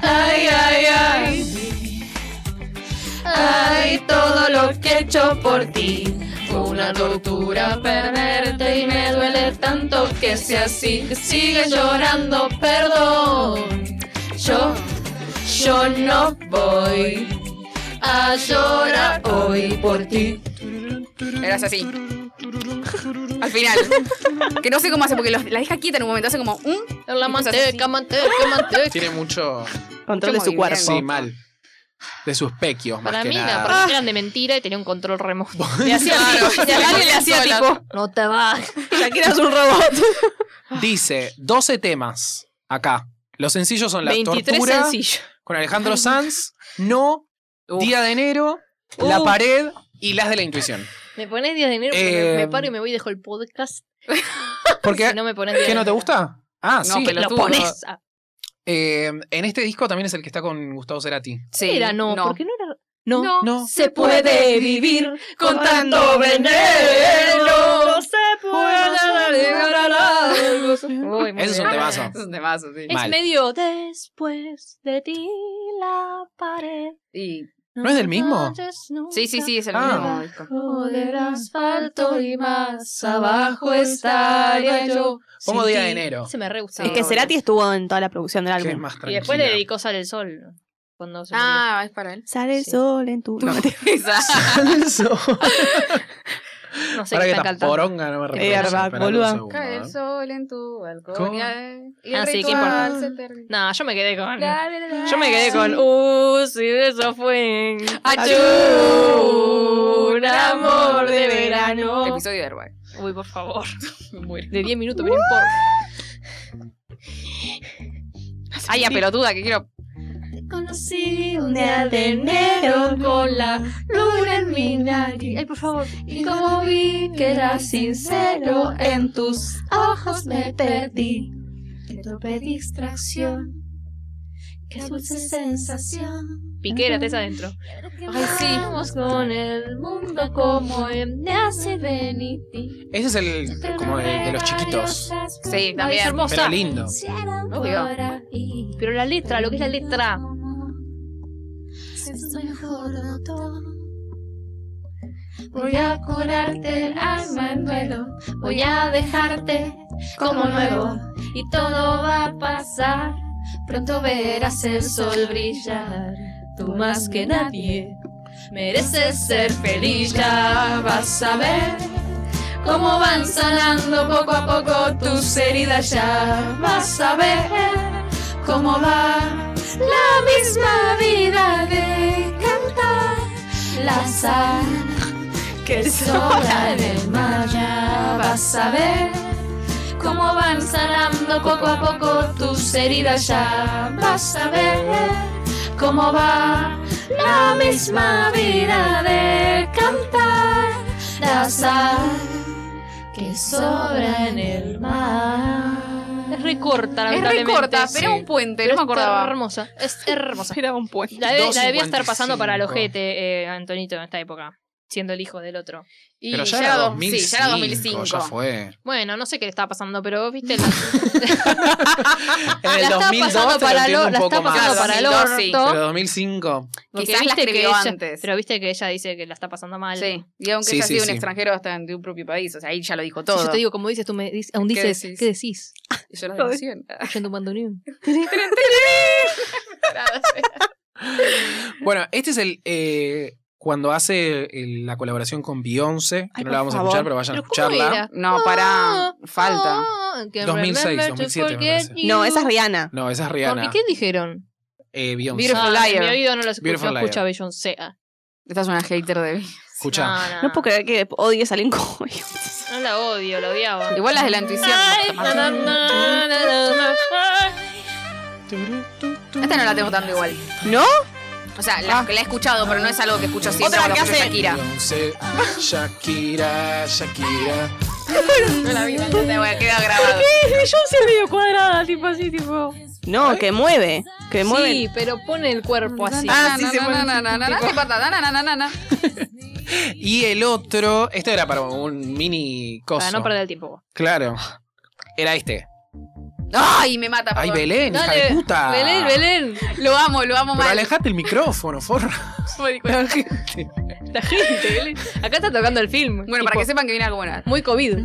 Speaker 5: ay, ay, ay. Ay, todo lo que he hecho por ti. Fue una tortura perderte y me duele tanto que sea así. Sigue llorando, perdón. Yo yo no voy a llorar hoy por ti.
Speaker 2: Eras así. Al final. Que no sé cómo hace, porque los- la deja quieta en un momento. Hace como un.
Speaker 4: La manteca, manteca, manteca.
Speaker 1: Tiene mucho.
Speaker 3: Control de
Speaker 2: Mucho
Speaker 3: su cuerpo.
Speaker 1: Sí, mal. De sus pequios, más
Speaker 4: Para
Speaker 1: que
Speaker 4: mí,
Speaker 1: nada.
Speaker 4: no, para mí eran de mentira y tenía un control remoto.
Speaker 2: Le hacía tipo, y a alguien le hacía tipo.
Speaker 4: No te vas.
Speaker 3: Shakira es un robot.
Speaker 1: Dice 12 temas acá. Los sencillos son La
Speaker 4: 23
Speaker 1: Tortura
Speaker 4: sencillos.
Speaker 1: con Alejandro Sanz, No, Día de Enero, La
Speaker 4: Uh.
Speaker 1: Pared y Las de la Intuición.
Speaker 4: Me pones 10 de enero,
Speaker 1: Eh,
Speaker 4: me, me paro y me voy y dejo el podcast.
Speaker 1: Porque,
Speaker 4: Si no me pones 10 de
Speaker 1: ¿Qué no te
Speaker 4: enero.
Speaker 1: gusta? Ah,
Speaker 2: No,
Speaker 1: sí.
Speaker 2: pero-
Speaker 4: Lo
Speaker 2: Pelotudo.
Speaker 4: pones. Ah,
Speaker 1: Eh, en este disco también es el que está con Gustavo Cerati.
Speaker 2: Sí,
Speaker 4: era no, porque no era. No.
Speaker 1: No.
Speaker 5: Se puede vivir con tanto veneno.
Speaker 4: No se puede llegar al algo. Uy, muy
Speaker 1: Ese es un
Speaker 4: bien.
Speaker 1: temazo.
Speaker 2: Es un temazo, sí.
Speaker 4: Es
Speaker 1: Mal.
Speaker 4: medio después de ti la pared.
Speaker 2: Y-
Speaker 1: ¿No es del mismo?
Speaker 4: calles nunca.
Speaker 2: sí, sí, sí, es el
Speaker 1: Ah.
Speaker 2: mismo disco.
Speaker 5: Joder, asfalto y más abajo estaría yo.
Speaker 1: Pongo
Speaker 5: sin
Speaker 1: Día de
Speaker 5: ti.
Speaker 1: Enero.
Speaker 4: Se me re gustaba.
Speaker 3: Es que Cerati estuvo en toda la producción del
Speaker 1: Que es
Speaker 3: álbum.
Speaker 1: más
Speaker 4: Y
Speaker 1: tranquila.
Speaker 4: después le dedicó Sale el Sol. Cuando se murió.
Speaker 2: Ah, es para él.
Speaker 3: Sale el
Speaker 4: Sí.
Speaker 3: sol en tu... No, mentira.
Speaker 2: Esa.
Speaker 4: No sé
Speaker 1: Ahora que
Speaker 4: qué están
Speaker 1: está
Speaker 4: cantando.
Speaker 1: poronga, no me
Speaker 3: Eh,
Speaker 1: recuerdo.
Speaker 3: Arba,
Speaker 1: Espera un
Speaker 3: boluda.
Speaker 1: segundo,
Speaker 7: Cae
Speaker 1: ¿eh?
Speaker 7: el sol en tu balcón.
Speaker 1: ¿Cómo?
Speaker 7: y el- Y el
Speaker 4: Ah, sí, qué
Speaker 7: ritual
Speaker 4: importante.
Speaker 7: se termina.
Speaker 4: No, yo me quedé con.
Speaker 7: La, la, la,
Speaker 4: Yo me quedé
Speaker 7: la.
Speaker 4: con. Uh, si eso fue.
Speaker 2: Achú,
Speaker 4: Un amor de verano.
Speaker 2: Episodio de Airbag.
Speaker 4: Uy, por favor. De 10 minutos, me no importa.
Speaker 2: Ay, a pelotuda, que quiero.
Speaker 5: Conocí un día de enero con la luna en mi nariz.
Speaker 4: Ay, por favor.
Speaker 5: Y como vi que eras sincero, en tus ojos me perdí. Te topé distracción, qué dulce sensación.
Speaker 4: Piquera, te adentro.
Speaker 5: Ay, sí. Vamos con el mundo como em, nace Beniti.
Speaker 1: Ese es el como de, de los chiquitos.
Speaker 2: Sí, también.
Speaker 1: Pero lindo.
Speaker 4: Obvio. Pero la letra, lo que es la letra.
Speaker 5: Estoy mejor de todo. Voy a curarte el alma en duelo. Voy a dejarte como nuevo. Y todo va a pasar. Pronto verás el sol brillar. Tú más que nadie mereces ser feliz. Ya vas a ver cómo van sanando poco a poco tus heridas. Ya vas a ver cómo va la misma vida de cantar la sal que sobra en el mar. Ya vas a ver cómo van sanando poco a poco tus heridas. Ya vas a ver cómo va la misma vida de cantar la sal que sobra en el mar.
Speaker 4: Es recorta,
Speaker 2: Es
Speaker 4: lamentablemente.
Speaker 2: re corta,
Speaker 4: Sí.
Speaker 2: pero era un puente,
Speaker 4: Pero
Speaker 2: no me
Speaker 4: es
Speaker 2: acordaba.
Speaker 4: hermosa. Es hermosa.
Speaker 2: Era un puente.
Speaker 4: La, debe- la debía estar
Speaker 1: 2.55.
Speaker 4: pasando para el ojete, eh, Antonito, en esta época. Siendo el hijo del otro.
Speaker 2: Y
Speaker 1: Pero ya era
Speaker 2: dos-
Speaker 1: 2005.
Speaker 2: Sí, ya era 2005.
Speaker 1: Ya fue.
Speaker 4: Bueno, no sé qué le estaba pasando, pero viste. La,
Speaker 1: En
Speaker 4: la
Speaker 1: el
Speaker 4: estaba
Speaker 1: 2002
Speaker 4: pasando
Speaker 1: te lo
Speaker 4: para el
Speaker 1: entiendo
Speaker 4: o-
Speaker 1: un
Speaker 4: la
Speaker 1: poco
Speaker 4: estaba pasando
Speaker 1: más.
Speaker 4: para el
Speaker 2: 2002, sí.
Speaker 4: orto.
Speaker 1: Pero 2005.
Speaker 4: porque
Speaker 2: Quizás la
Speaker 4: viste que
Speaker 2: escribió
Speaker 4: ella-
Speaker 2: antes.
Speaker 4: Pero viste que ella dice que la está pasando mal.
Speaker 2: Sí, y aunque
Speaker 1: Sí,
Speaker 2: haya
Speaker 1: sí,
Speaker 2: sido
Speaker 1: sí.
Speaker 2: un extranjero hasta de un propio país, o sea, ahí ya lo dijo
Speaker 4: Sí,
Speaker 2: todo.
Speaker 4: yo te digo, como dices, tú me dices, aún
Speaker 2: ¿Qué
Speaker 4: dices, ¿qué
Speaker 2: decís?
Speaker 4: decís?
Speaker 2: Y yo las emociono.
Speaker 4: Oyendo un bandoneón.
Speaker 1: Bueno, este es el. eh, cuando hace el- la colaboración con Beyoncé, que
Speaker 3: Ay,
Speaker 1: no
Speaker 3: por
Speaker 1: la vamos a
Speaker 3: favor.
Speaker 1: escuchar, pero vayan a
Speaker 4: Pero ¿cómo
Speaker 1: escucharla.
Speaker 4: era?
Speaker 2: No, pará, falta.
Speaker 4: Ah, que
Speaker 1: 2006,
Speaker 4: remember to
Speaker 1: 2007 me
Speaker 4: forget
Speaker 1: parece.
Speaker 4: you.
Speaker 3: No, esa es Rihanna.
Speaker 1: No, esa es
Speaker 4: ¿Por
Speaker 1: Rihanna.
Speaker 4: qué dijeron?
Speaker 1: Eh, Beyoncé.
Speaker 2: Beautiful
Speaker 4: Ah,
Speaker 2: Liar.
Speaker 4: Mi oído no lo escucha,
Speaker 1: Beautiful
Speaker 4: no escucha
Speaker 1: Liar.
Speaker 4: Beyoncé. Ah,
Speaker 2: Esta es una hater de mí.
Speaker 1: Escucha.
Speaker 4: No,
Speaker 3: No puedo creer que odies a Lincoln.
Speaker 4: No la odio, la odiaba.
Speaker 2: Igual las de la intuición.
Speaker 4: Na, na, na, na, na, na.
Speaker 2: Esta no la tengo tanto igual.
Speaker 3: ¿No?
Speaker 2: O sea, la, la he escuchado, pero no es algo que escucho siempre.
Speaker 3: Otra
Speaker 2: como
Speaker 3: que
Speaker 2: lo escucho
Speaker 3: hace-
Speaker 2: Shakira.
Speaker 1: Beyoncé, Shakira, Shakira.
Speaker 2: No la vi, no la tengo, queda grabado.
Speaker 3: Yo soy medio cuadrada, tipo así, tipo. No, que mueve. Que mueve.
Speaker 4: Sí, pero pone el cuerpo así.
Speaker 8: Ah,
Speaker 2: Na,
Speaker 8: sí,
Speaker 2: na,
Speaker 8: se
Speaker 2: na,
Speaker 8: pone
Speaker 2: na, na, na, na,
Speaker 8: tipo-
Speaker 2: no importa, na, na, na, na, na.
Speaker 1: Y el otro, esto era para un mini coso.
Speaker 4: Para no perder el tiempo.
Speaker 1: Claro. Era este.
Speaker 2: Ay, me mata.
Speaker 1: Ay,
Speaker 2: perdón.
Speaker 1: Belén, hija
Speaker 4: Dale,
Speaker 1: de puta.
Speaker 4: Belén, Belén.
Speaker 2: Lo amo, lo amo
Speaker 1: Pero
Speaker 2: mal.
Speaker 1: alejate el micrófono, forra. La gente.
Speaker 4: La gente, Belén. Acá está tocando el film.
Speaker 2: Bueno, para que sepan que viene algo bueno.
Speaker 4: Muy COVID.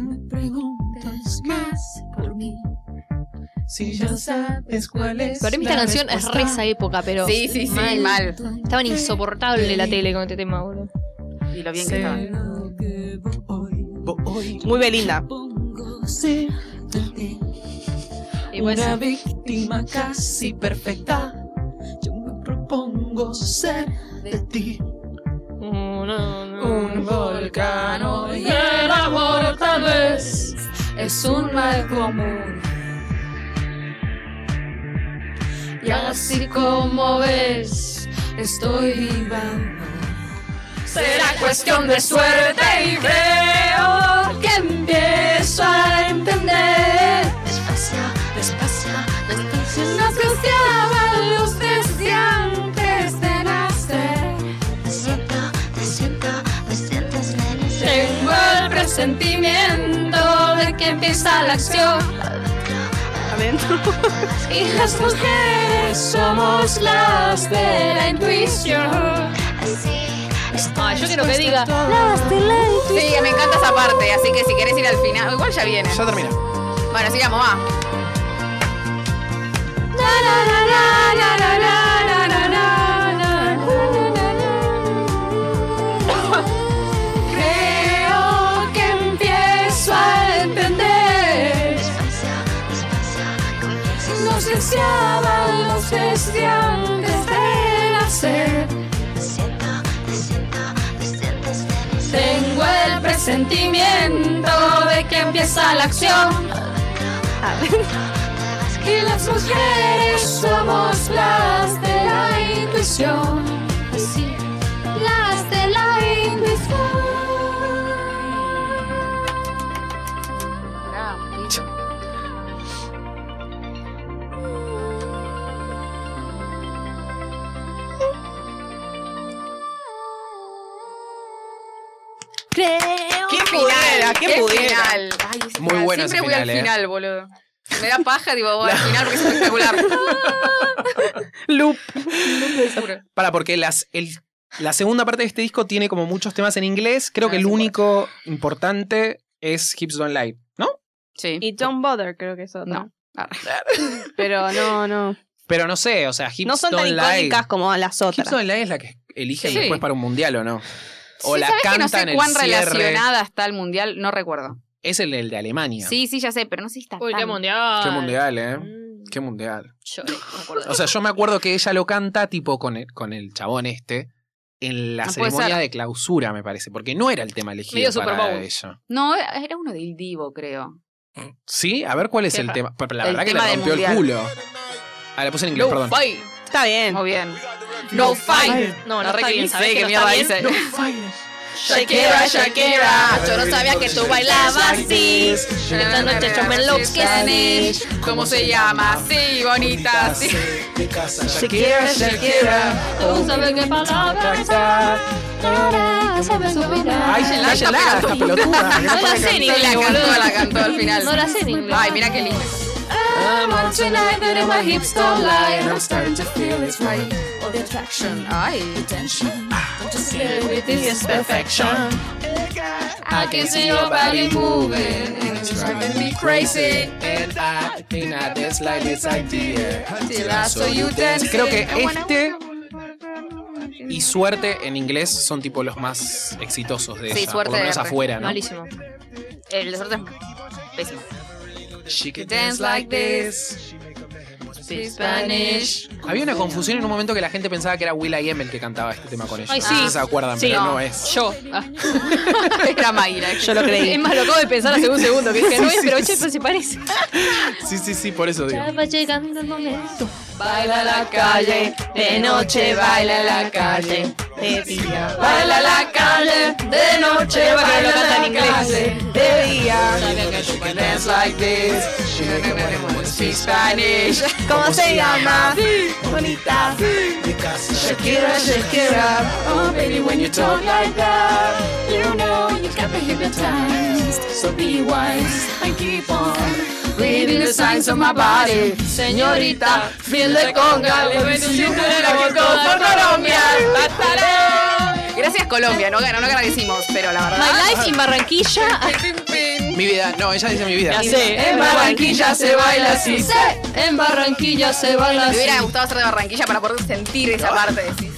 Speaker 1: Sí,
Speaker 5: ya sabes cuál es.
Speaker 4: Para mí esta canción es re esa época, pero
Speaker 2: Sí, sí, sí, mal.
Speaker 4: estaban insoportable la tele con este tema, boludo.
Speaker 2: Y lo bien que estaba.
Speaker 1: Hoy
Speaker 3: Muy Belinda.
Speaker 4: Y bueno,
Speaker 5: Una víctima casi perfecta. Yo me propongo ser de ti.
Speaker 4: no, no, no.
Speaker 5: Un volcán y el amor tal vez es un mal común. Y así como ves, estoy viva. Será cuestión de suerte y creo que empiezo a entender. Despacio, despacio, despacio.
Speaker 9: Nos gustaban los desde antes de nacer.
Speaker 10: Te siento, te siento, me sientes merecer.
Speaker 5: Tengo el presentimiento de que empieza la acción.
Speaker 3: Adentro.
Speaker 5: Y las mujeres somos las de la intuición.
Speaker 10: Así está.
Speaker 4: Ah, yo quiero que diga.
Speaker 2: Sí, me encanta esa parte, así que si querés ir al final, igual ya viene.
Speaker 1: Ya termina.
Speaker 2: Bueno, sigamos, va.
Speaker 5: Creo que empiezo a entender.
Speaker 10: Despacio, despacio, comienzas.
Speaker 5: Nos deseaban los estudiantes de nacer.
Speaker 10: Te siento, te siento, me sientes merecer.
Speaker 5: Tengo el presentimiento de que empieza la acción. Y las mujeres somos las de la intuición. Sí, las de la intuición.
Speaker 2: ¿Qué
Speaker 8: pudiera,
Speaker 2: ¿Qué,
Speaker 8: quién pudiera.
Speaker 2: final? Ay, ese
Speaker 1: Muy
Speaker 2: final.
Speaker 1: bueno
Speaker 2: Ah, Siempre
Speaker 1: ese
Speaker 2: voy
Speaker 1: final,
Speaker 2: al
Speaker 1: eh.
Speaker 2: final, boludo. Me da paja, digo, voy al final porque es espectacular.
Speaker 3: Loop.
Speaker 2: Juro.
Speaker 1: Para, porque las, el- la segunda parte de este disco tiene como muchos temas en inglés. Creo
Speaker 2: Ah,
Speaker 1: que el
Speaker 2: sí,
Speaker 1: único importante es Hips Don't Lie, ¿no?
Speaker 2: Sí.
Speaker 3: Y Don't Bother creo que es otra.
Speaker 2: No. Arre.
Speaker 3: Pero no, no.
Speaker 1: Pero no sé, o sea, Hips
Speaker 3: No son tan
Speaker 1: Don't Lie.
Speaker 3: icónicas como las otras.
Speaker 1: Hips Don't Lie es la que eligen
Speaker 2: Sí.
Speaker 1: después para un mundial, ¿o no? O
Speaker 2: Sí,
Speaker 1: la
Speaker 2: ¿sabés que
Speaker 1: cantan
Speaker 2: no sé
Speaker 1: en el
Speaker 2: cuán
Speaker 1: cierre.
Speaker 2: relacionada está el mundial? No recuerdo.
Speaker 1: Es el, el de Alemania.
Speaker 2: Sí, sí, ya sé, pero no sé si está
Speaker 4: Uy,
Speaker 2: tan-
Speaker 4: qué mundial.
Speaker 1: Qué mundial, ¿eh?
Speaker 4: Mm,
Speaker 1: Qué mundial.
Speaker 4: lloré, me acuerdo.
Speaker 1: O sea, yo me acuerdo que ella lo canta tipo con el, con el chabón este en la
Speaker 2: No puede
Speaker 1: ceremonia
Speaker 2: ser.
Speaker 1: de clausura, me parece, porque no era el tema elegido
Speaker 4: Medio Super
Speaker 1: para
Speaker 4: Bowl.
Speaker 1: ella.
Speaker 2: No, era uno del Divo, creo.
Speaker 1: Sí, a ver cuál es
Speaker 4: Qué
Speaker 1: el
Speaker 4: raro.
Speaker 1: tema. Pero la
Speaker 2: El
Speaker 1: verdad que
Speaker 2: tema
Speaker 1: le
Speaker 2: del
Speaker 1: rompió el
Speaker 2: mundial.
Speaker 1: culo. Ah, la puse en inglés, perdón.
Speaker 2: fight.
Speaker 3: Está bien.
Speaker 2: Muy bien. No fight.
Speaker 4: no,
Speaker 2: La
Speaker 4: no,
Speaker 2: re
Speaker 4: está
Speaker 2: que
Speaker 4: bien,
Speaker 2: ni
Speaker 4: ¿sabés
Speaker 2: sé
Speaker 4: que
Speaker 2: qué
Speaker 4: no
Speaker 2: mierda
Speaker 4: está bien?
Speaker 2: dice.
Speaker 4: Shakira, Shakira.
Speaker 2: Yo no sabía que tú bailabas así.
Speaker 4: Esta noche yo me enloquecí.
Speaker 2: ¿Cómo se llama? Sí, bonita, sí.
Speaker 1: Shakira, Shakira.
Speaker 4: Tú sabes qué palabras
Speaker 1: Ay,
Speaker 2: Shakira,
Speaker 1: cállala, esta
Speaker 2: pelotuda.
Speaker 1: pelotuda.
Speaker 4: No la sé en inglés,
Speaker 2: La cantó,
Speaker 4: boludo.
Speaker 2: la cantó al final.
Speaker 4: No la sé en inglés.
Speaker 2: Ay, mira qué lindo. Ay.
Speaker 5: It is perfection. I can see your body moving. and It's driving me crazy. Till I saw you dancing.
Speaker 1: Creo que este y Suerte en inglés son tipo los más exitosos de
Speaker 2: Sí,
Speaker 1: ella,
Speaker 2: Suerte
Speaker 1: por lo menos
Speaker 2: de re.
Speaker 1: afuera, ¿no?
Speaker 4: Malísimo.
Speaker 2: El desorden es pésimo.
Speaker 1: She could
Speaker 2: Dance like this. Spanish.
Speaker 1: Había una confusión en un momento que la gente pensaba que era Will I Am el que cantaba este tema con ella.
Speaker 4: Ay,
Speaker 1: No
Speaker 4: sí.
Speaker 1: sé si se acuerdan,
Speaker 4: Sí.
Speaker 1: pero no,
Speaker 2: No.
Speaker 1: es.
Speaker 4: Yo. Ah.
Speaker 2: Era Mayra.
Speaker 3: Yo lo creí.
Speaker 4: Es más, lo acabo de pensar hace un segundo. Que dije, no es, pero che, pero se parece.
Speaker 1: Sí, sí, sí, por eso digo.
Speaker 4: va llegando el momento.
Speaker 5: Baila la calle, de noche baila la calle.
Speaker 3: De día.
Speaker 5: Baila la calle, de noche baila
Speaker 3: lo canta
Speaker 5: la
Speaker 3: en inglés.
Speaker 5: calle.
Speaker 3: De día.
Speaker 5: Dance like this. Fancy Spanish.
Speaker 7: ¿Cómo se llama?
Speaker 5: Bonita, Shakira, Shakira. Oh, baby, when you talk like that, you know you got me hypnotized. So be wise and keep on reading the signs of my body. Señorita, feel the conga. Le ven un cinturero que go for Colombia. Tataré.
Speaker 2: Gracias Colombia, no ganó, no agradecimos, pero la verdad.
Speaker 4: My life in Barranquilla.
Speaker 1: Mi vida, no, ella dice mi vida.
Speaker 4: Ya sé.
Speaker 5: En Barranquilla se baila así. sí. En Barranquilla se baila
Speaker 2: Me
Speaker 5: así.
Speaker 2: hubiera gustado ser de Barranquilla para poder sentir esa parte. decís.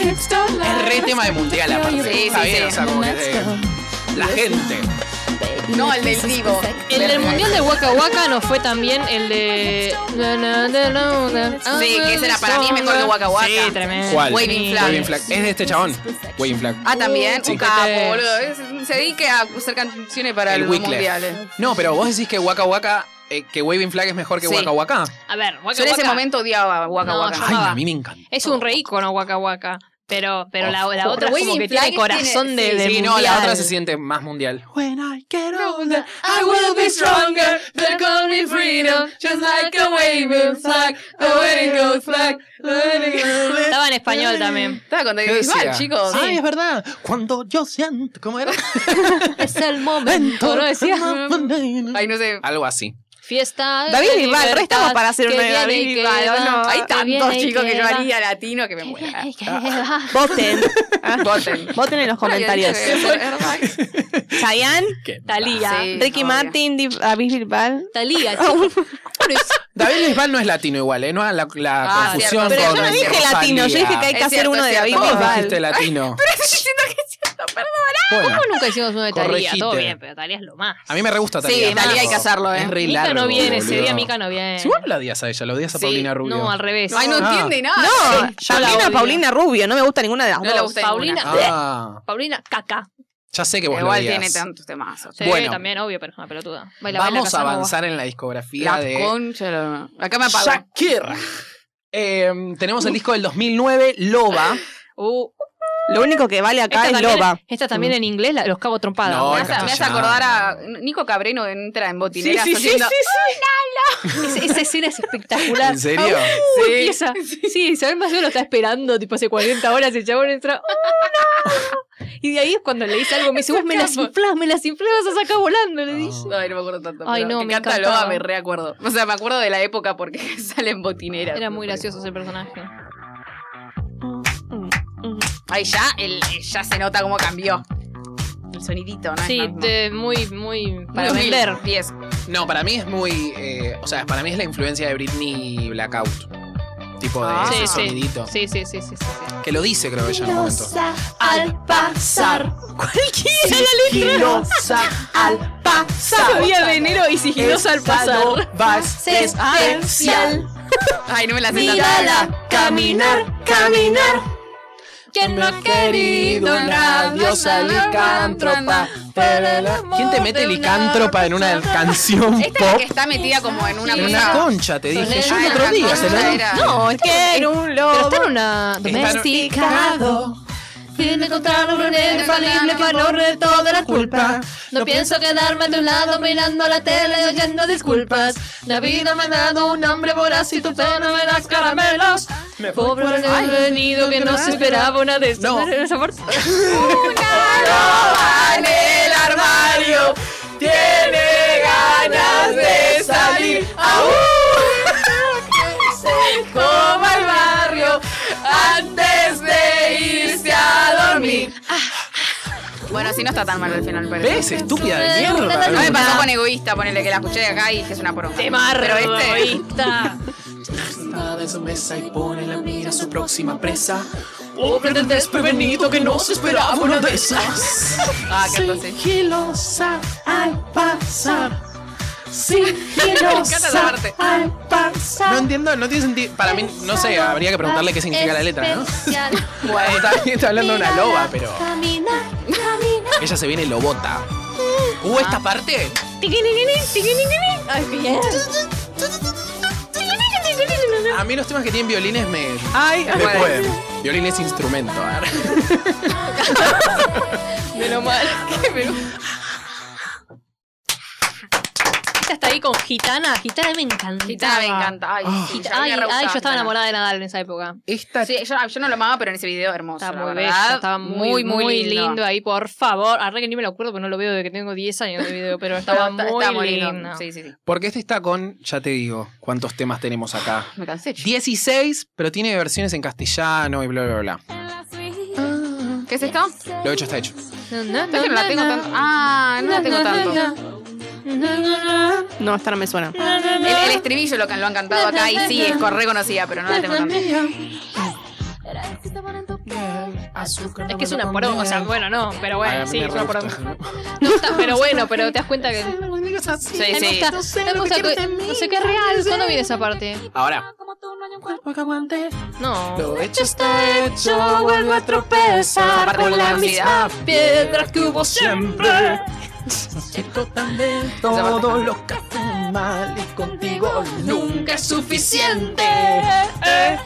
Speaker 1: Es re tema de mundial, aparte.
Speaker 2: Sí, sí,
Speaker 1: Está bien,
Speaker 2: sí.
Speaker 1: o sea, como que te- La gente.
Speaker 2: No, el del Divo.
Speaker 4: El del mundial de Waka Waka no fue también el de.
Speaker 2: Sí, que ese era para mí es mejor que Waka Waka.
Speaker 4: Sí, tremendo.
Speaker 1: ¿Cuál?
Speaker 2: Waving Flag.
Speaker 1: Waving Flag. Es de este chabón. Waving Flag.
Speaker 2: Ah, también,
Speaker 1: Sí.
Speaker 2: un capo, boludo. Es- Se dedica a hacer canciones para
Speaker 1: El
Speaker 2: los
Speaker 1: Wyclef.
Speaker 2: mundiales.
Speaker 1: No, pero vos decís que Waka Waka, eh, que Waving Flag es mejor que
Speaker 2: Sí.
Speaker 1: Waka Waka.
Speaker 4: A ver, Waka
Speaker 2: Yo en ese
Speaker 4: Waka
Speaker 2: momento odiaba a Waka
Speaker 4: No,
Speaker 2: Waka.
Speaker 4: yo
Speaker 1: Ay,
Speaker 4: amaba.
Speaker 1: a mí me encanta.
Speaker 4: Es un reícono Waka Waka. Pero, pero la, la
Speaker 2: Ojo.
Speaker 4: otra es como
Speaker 2: Waving
Speaker 4: que tiene
Speaker 2: Flag
Speaker 4: corazón
Speaker 2: tiene-
Speaker 4: de,
Speaker 2: sí,
Speaker 4: del
Speaker 1: Sí, no, la
Speaker 4: mundial.
Speaker 1: otra se siente más mundial.
Speaker 5: When I get older, I will be stronger. They call me freedom, just like a waving flag, a waving goes flag.
Speaker 4: Estaba en español también.
Speaker 2: Estaba con David
Speaker 1: decía?
Speaker 2: Bisbal, chicos.
Speaker 1: Ay, es verdad. Cuando yo siento. ¿Cómo era?
Speaker 4: Es el momento. ¿no? Decía.
Speaker 2: Ay, no sé.
Speaker 1: Algo así.
Speaker 4: Fiesta. de
Speaker 3: David Bisbal,
Speaker 4: libertad,
Speaker 3: re estamos para hacer
Speaker 4: que
Speaker 3: una de
Speaker 4: viene
Speaker 3: David
Speaker 4: y que
Speaker 3: Bisbal, ¿o
Speaker 4: va,
Speaker 3: no?
Speaker 2: Hay
Speaker 4: que
Speaker 2: tantos
Speaker 4: viene y
Speaker 2: chicos que yo
Speaker 4: va.
Speaker 2: haría latino que me muera.
Speaker 4: Ay, que va.
Speaker 3: Voten. Ah.
Speaker 2: Voten.
Speaker 3: Voten en los comentarios. Chayanne,
Speaker 1: ¿Qué?
Speaker 4: Talía.
Speaker 2: Sí,
Speaker 3: Ricky
Speaker 2: obvio.
Speaker 3: Martin, Di- ah, David Bisbal.
Speaker 4: Talía, chicos.
Speaker 1: David Bisbal no es latino igual, ¿eh? No hagan la, la
Speaker 2: Ah,
Speaker 1: confusión
Speaker 2: cierto. Pero
Speaker 1: con.
Speaker 2: yo no
Speaker 3: dije
Speaker 1: Rosalía.
Speaker 3: latino, yo dije que hay
Speaker 2: Es
Speaker 3: que hacer
Speaker 2: cierto,
Speaker 3: uno
Speaker 2: es
Speaker 3: de David
Speaker 2: cierto.
Speaker 1: Vos
Speaker 2: Bisbal.
Speaker 1: dijiste
Speaker 3: Bisbal.
Speaker 1: latino.
Speaker 2: Estoy diciendo que es cierto, perdón.
Speaker 1: Bueno,
Speaker 4: Nunca hicimos uno de Talía, todo
Speaker 1: Corregite.
Speaker 4: bien, pero Talía es lo más.
Speaker 1: a mí me re gusta
Speaker 2: Sí,
Speaker 1: Talía.
Speaker 2: Talía
Speaker 1: más.
Speaker 2: hay que hacerlo, ¿eh?
Speaker 1: Es re
Speaker 4: Mica no
Speaker 1: largo,
Speaker 4: viene, ese
Speaker 1: boludo.
Speaker 4: día Mica no viene.
Speaker 1: Si vos la odias a ella, la odias a
Speaker 2: Sí.
Speaker 1: Paulina Rubio.
Speaker 4: No, al revés.
Speaker 2: Ay, no
Speaker 1: Ah.
Speaker 2: entiende nada.
Speaker 3: No,
Speaker 4: yo la
Speaker 3: Paulina,
Speaker 4: odio.
Speaker 3: Paulina Rubio, no me gusta ninguna de las
Speaker 2: No le
Speaker 3: dos.
Speaker 2: gusta
Speaker 4: Paulina,
Speaker 2: ninguna.
Speaker 1: Ah,
Speaker 4: Paulina, caca.
Speaker 1: ya sé que vos
Speaker 2: Igual
Speaker 1: lo odias.
Speaker 2: tiene tantos temazos.
Speaker 4: Sí,
Speaker 1: Bueno.
Speaker 4: también, obvio, pero es una pelotuda. Baila, baila,
Speaker 1: Vamos a
Speaker 4: Casanova.
Speaker 1: avanzar en la discografía
Speaker 2: La
Speaker 1: de
Speaker 2: concha. de la- Acá me apagó.
Speaker 1: Shakira. Eh, tenemos el disco del 2009, Loba.
Speaker 4: Uh,
Speaker 3: Lo único que vale acá
Speaker 4: esta,
Speaker 3: es
Speaker 4: también,
Speaker 3: Loba.
Speaker 4: esta también en inglés, la- los cabos trompadas.
Speaker 1: No,
Speaker 2: Me
Speaker 1: en
Speaker 2: hace, me hace
Speaker 1: castellano.
Speaker 2: acordar a Nico Cabreno entra en botinera haciendo-
Speaker 4: Ese- esa escena es espectacular.
Speaker 1: ¿En serio?
Speaker 4: Uh, empieza. Sí, Isabel Macedo lo está esperando, tipo hace 40 horas, el chabón entra. "Oh, no". Y de ahí es cuando le dice algo, me dice, vos me las inflás, me las inflás, vas a sacar volando,
Speaker 1: Ah.
Speaker 4: le dice.
Speaker 2: Ay, no me acuerdo tanto.
Speaker 4: Ay,
Speaker 2: pero
Speaker 4: no,
Speaker 2: me
Speaker 4: me
Speaker 2: encanta
Speaker 4: encantaba.
Speaker 2: Loba, me reacuerdo. O sea, me acuerdo de la época porque sale en botinera.
Speaker 4: Era muy gracioso ese personaje.
Speaker 2: Ay, ya, el, ya se nota cómo cambió. El sonidito, ¿no?
Speaker 4: Sí,
Speaker 2: Es más-
Speaker 4: de- muy, muy. Para
Speaker 2: Muy
Speaker 4: vender.
Speaker 2: 2010.
Speaker 1: No, para mí es muy. eh, o sea, para mí es la influencia de Britney y Blackout. Tipo de
Speaker 2: Ah.
Speaker 1: ese
Speaker 4: Sí, sí.
Speaker 1: sonidito.
Speaker 4: Sí, sí, sí, sí, sí, sí.
Speaker 1: Que lo dice, creo ella en un momento.
Speaker 7: Al pasar.
Speaker 1: Sigilosa al pasar.
Speaker 4: Día de enero y sigilosa al pasar.
Speaker 1: Vas
Speaker 2: Ah,
Speaker 7: Especial.
Speaker 2: Ay, no me la sé tanto.
Speaker 7: Mírala caminar, caminar. Que no ha querido una diosa licántropa.
Speaker 1: ¿Quién te mete licántropa en una canción
Speaker 2: Esta es la
Speaker 1: pop?
Speaker 2: que está metida como en una
Speaker 1: En una
Speaker 2: cosa.
Speaker 1: concha, te dije. Yo
Speaker 2: Ah,
Speaker 1: el otro
Speaker 2: la
Speaker 1: día
Speaker 2: concha
Speaker 1: se lo dije.
Speaker 2: era-
Speaker 3: No, es que era un
Speaker 4: Pero
Speaker 3: lobo.
Speaker 4: está en una.
Speaker 7: Domesticado. Sin encontrar un infalible para no de toda la culpa. No pienso quedarme de un lado mirando la tele y oyendo disculpas. La vida me ha dado un hambre voraz y tú te no me das caramelos. Me pobre venido que no se esperaba una de
Speaker 1: No.
Speaker 4: En esa parte.
Speaker 2: en el armario tiene ganas de salir aún. Como al barrio antes de irse a dormir. Ah. Bueno, así no está tan mal al final, pero.
Speaker 1: ¿Ves? Estúpida de mierda.
Speaker 2: No me pasó
Speaker 4: Ah.
Speaker 2: con egoísta, ponele que la escuché de acá y dije es una poronga. Pero este.
Speaker 4: egoísta.
Speaker 1: de su mesa y pone la mira a su próxima presa. Pobre del desprevenido que no se esperaba una de esas.
Speaker 2: Ah, que entonces.
Speaker 7: Sigilosa al pasar. Sigilosa
Speaker 2: parte.
Speaker 7: al pasar.
Speaker 1: No entiendo, no tiene sentido. Para mí, no sé, habría que preguntarle qué significa la letra, ¿no? Bueno, está, está hablando de una loba, pero
Speaker 7: Caminar, caminar.
Speaker 1: ella se viene lobota. Uh, esta parte.
Speaker 7: Ay, bien.
Speaker 1: A mí los temas que tienen violines me.
Speaker 3: Ay,
Speaker 1: me
Speaker 2: bueno.
Speaker 1: pueden. Violín es instrumento, a ver.
Speaker 4: Menos mal. Esta está ahí ahí con Gitana. Gitana a mí me encantaba.
Speaker 2: Gitana me encanta. Ay,
Speaker 1: Ah.
Speaker 2: sí,
Speaker 4: Ay,
Speaker 2: me re
Speaker 4: ay,
Speaker 2: gustaba
Speaker 4: yo estaba
Speaker 2: Gitana.
Speaker 4: enamorada de Nadal en esa época.
Speaker 1: Esta
Speaker 2: Sí, yo, yo no lo amaba, pero en ese video hermoso.
Speaker 4: Estaba
Speaker 2: la
Speaker 4: muy
Speaker 2: verdad.
Speaker 4: bello, estaba muy, muy, lindo. ahí, por favor. Arre que ni me lo acuerdo porque no lo veo desde que tengo 10 años de video, pero
Speaker 2: Pero
Speaker 4: estaba
Speaker 2: está-
Speaker 4: muy,
Speaker 2: está
Speaker 4: lindo.
Speaker 2: Sí, sí, sí.
Speaker 1: Porque este está con, ya te digo, cuántos temas tenemos acá.
Speaker 2: Me cansé. yo.
Speaker 1: 16, pero tiene versiones en castellano y bla, bla, bla.
Speaker 2: ¿Qué es esto?
Speaker 1: Lo hecho está hecho.
Speaker 4: No, no,
Speaker 2: Yo no la tengo tanto. Ah, no la tengo tanto.
Speaker 3: No, esta no me suena.
Speaker 2: El, el estribillo lo, can- lo han cantado acá y sí, es co- reconocida, pero no la tengo tanto.
Speaker 4: Es que es una poronga, o sea, bueno, no, pero bueno,
Speaker 1: Ay, a mí
Speaker 4: sí,
Speaker 1: me
Speaker 4: es una
Speaker 1: re
Speaker 4: poronga.
Speaker 1: gusta.
Speaker 4: No está, pero bueno, pero te das cuenta que.
Speaker 2: Sí,
Speaker 4: Me
Speaker 2: sí.
Speaker 4: gusta, me gusta que- no sé qué es real, ¿cuándo viene esa parte?
Speaker 1: Ahora.
Speaker 4: No.
Speaker 1: Lo hecho está hecho, vuelvo a
Speaker 2: Esa
Speaker 1: tropezar
Speaker 2: parte es muy conocida.
Speaker 1: piedra que hubo siempre. Chico también, todo lo que hace mal y contigo nunca es suficiente.
Speaker 4: Eh,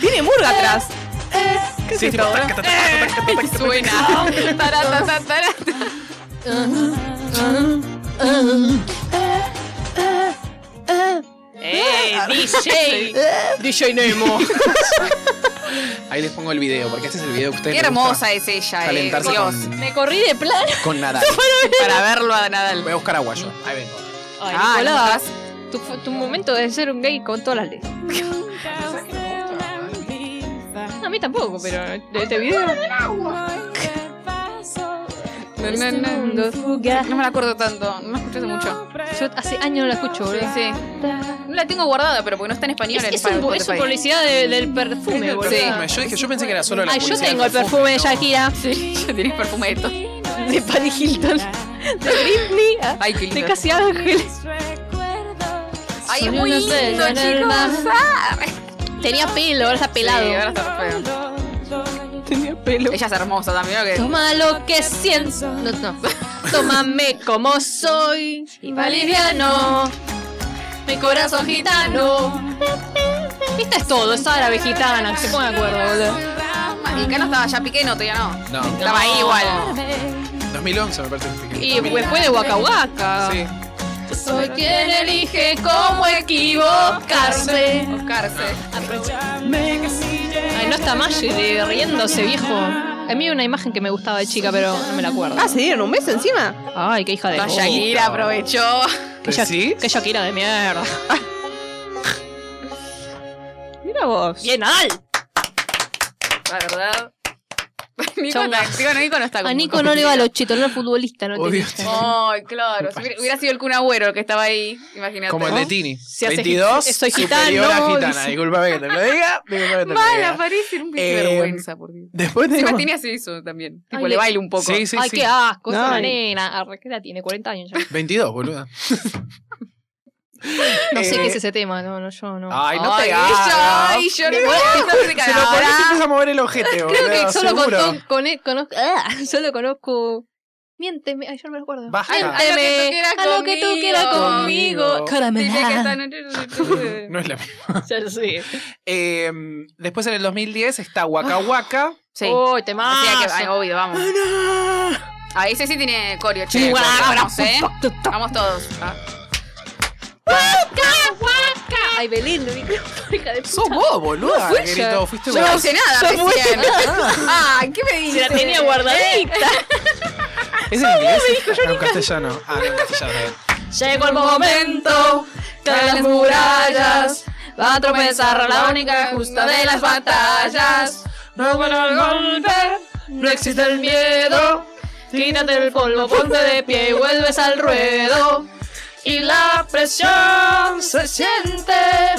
Speaker 3: Tiene murga atrás.
Speaker 1: Sí, tipo, taca, taca, taca, taca, taca, taca.
Speaker 2: Suena. Tarata, ta, tarata.
Speaker 4: ¡Eh, DJ! DJ Nemo.
Speaker 1: Ahí les pongo el video, porque este es el video que ustedes
Speaker 2: Qué
Speaker 1: les gusta
Speaker 2: hermosa es ella, eh.
Speaker 1: calentarse
Speaker 2: Dios.
Speaker 1: con,
Speaker 4: Me corrí de plan.
Speaker 1: con Nadal.
Speaker 2: Para verlo a Nadal.
Speaker 1: Voy a buscar aguayo. Ahí vengo.
Speaker 4: Ay,
Speaker 2: Ah, Nicolás.
Speaker 4: Nicolás, tu, fu- tu momento de ser un gay con todas las leyes. A mí tampoco, pero de este video.
Speaker 2: No,
Speaker 4: Este
Speaker 2: no, no. No me la acuerdo tanto. No la escuché hace mucho.
Speaker 4: Yo hace años no la escucho,
Speaker 2: Sí,
Speaker 4: boludo.
Speaker 2: sí. No la tengo guardada, pero porque no está en español.
Speaker 4: Es,
Speaker 2: en
Speaker 4: es un-
Speaker 2: Spotify.
Speaker 4: es su publicidad de- del
Speaker 1: Sí,
Speaker 4: perfume, boludo.
Speaker 1: perfume. Yo dije, yo pensé que era solo la
Speaker 4: Ay, Ah, yo
Speaker 1: publicidad
Speaker 4: tengo el
Speaker 1: del
Speaker 4: perfume de Shakira,
Speaker 2: Sí, ya tenés perfume de esto.
Speaker 4: de Paris Hilton, de Britney,
Speaker 2: Ay, qué
Speaker 4: de
Speaker 2: lindo.
Speaker 4: Casi Ángeles.
Speaker 2: Ay, es
Speaker 4: Solo
Speaker 2: muy
Speaker 4: no
Speaker 2: lindo,
Speaker 4: sé,
Speaker 2: chicos. Ah,
Speaker 4: en el mar. Tenía pelo, ahora está pelado.
Speaker 2: Sí, ahora está re feo.
Speaker 3: Tenía pelo.
Speaker 2: Ella es hermosa también, ¿o qué?
Speaker 4: Toma lo que siento. No, no. Tómame como soy. Y valiviano. Mi corazón gitano. Esta es todo, es árabe gitana, que se pongan de acuerdo, boludo.
Speaker 2: Y acá no estaba ya Piqué, no, todavía no.
Speaker 1: No,
Speaker 2: Estaba ahí
Speaker 4: Ah,
Speaker 2: igual.
Speaker 1: 2011 me parece. que fue.
Speaker 4: Y después de Waka Waka.
Speaker 1: Sí.
Speaker 4: Soy quien elige cómo equivocarse.
Speaker 2: Buscarse.
Speaker 4: Ay, no está más riéndose, viejo. A mí hay una imagen que me gustaba de chica, pero no me la acuerdo.
Speaker 3: Ah, se dieron un beso encima.
Speaker 4: Ay, qué hija de.
Speaker 2: La Shakira aprovechó.
Speaker 1: ¿Que sí?
Speaker 4: Qué Shakira de mierda.
Speaker 3: Mira vos.
Speaker 4: Bien, Nadal.
Speaker 2: La verdad. Nico,
Speaker 4: Chonga.
Speaker 2: está- digo, no, Nico no está
Speaker 4: A
Speaker 2: como-
Speaker 4: Nico no le va a los chitos, no es futbolista, no
Speaker 1: Obvio.
Speaker 4: tenista.
Speaker 2: Ay, claro. Si hubiera, hubiera sido el Kun Agüero el que estaba ahí, imagínate.
Speaker 1: Como el de Tini.
Speaker 4: Si hace
Speaker 1: 22,
Speaker 4: gi- soy
Speaker 1: superior
Speaker 4: gitano,
Speaker 1: a gitana.
Speaker 4: dice.
Speaker 1: Disculpame que te lo diga. disculpame que te lo
Speaker 2: Mal
Speaker 1: diga.
Speaker 2: aparece un pinche
Speaker 1: Eh,
Speaker 2: vergüenza, por Dios.
Speaker 1: Después
Speaker 2: Encima
Speaker 1: tenemos...
Speaker 2: Tini hace eso también. Tipo,
Speaker 4: Ay,
Speaker 2: le
Speaker 4: le-
Speaker 2: baila un poco.
Speaker 1: Sí, sí,
Speaker 4: Ay,
Speaker 1: sí.
Speaker 4: qué asco, es una
Speaker 3: Ay.
Speaker 4: nena. Arre, ¿Qué edad tiene? 40 años ya.
Speaker 1: 22, boluda.
Speaker 4: No sé
Speaker 1: Eh, Ah,
Speaker 4: qué es ese tema, no, no, yo no.
Speaker 1: Ay, no
Speaker 2: Ay,
Speaker 1: te
Speaker 2: ella,
Speaker 1: hagas.
Speaker 2: ay, yo no
Speaker 1: Se lo pones y empieza a mover el ojete, boludo.
Speaker 4: Creo que solo
Speaker 1: seguro.
Speaker 4: conozco, conozco, ah, solo conozco. Miénteme, ay, yo no me lo acuerdo.
Speaker 1: Basta.
Speaker 4: Miénteme, a lo que tú quieras conmigo.
Speaker 1: Conmigo.
Speaker 4: Caramela.
Speaker 1: No es la misma.
Speaker 4: Ya lo sé.
Speaker 1: Eh, después en el 2010 está Waka Waka.
Speaker 2: Sí.
Speaker 4: Uy, te
Speaker 2: Así que, ay, obvio, vamos. A ese sí tiene coreo, che.
Speaker 4: Guau,
Speaker 2: Vamos, eh. Vamos todos. ¿ah? ¿va?
Speaker 4: Ay, Belén, lo digo, hija de
Speaker 1: Sos
Speaker 4: puta.
Speaker 1: vos, boluda.
Speaker 4: No fui
Speaker 1: que
Speaker 4: yo.
Speaker 1: gritó, fuiste
Speaker 2: Yo no
Speaker 1: vos.
Speaker 2: hice nada recién. Ah, ¿qué me
Speaker 4: Se
Speaker 2: dices?
Speaker 4: la tenía guardadita.
Speaker 1: ¿Es en inglés? No, en castellano. Ah, no, en castellano.
Speaker 4: Llegó el momento que las murallas va a tropezar la única justa de las batallas.
Speaker 1: No, bueno,
Speaker 4: El golpe, no existe el miedo. Quítate el polvo, ponte de pie y vuelves al ruedo. Y la presión se
Speaker 2: No
Speaker 4: siente.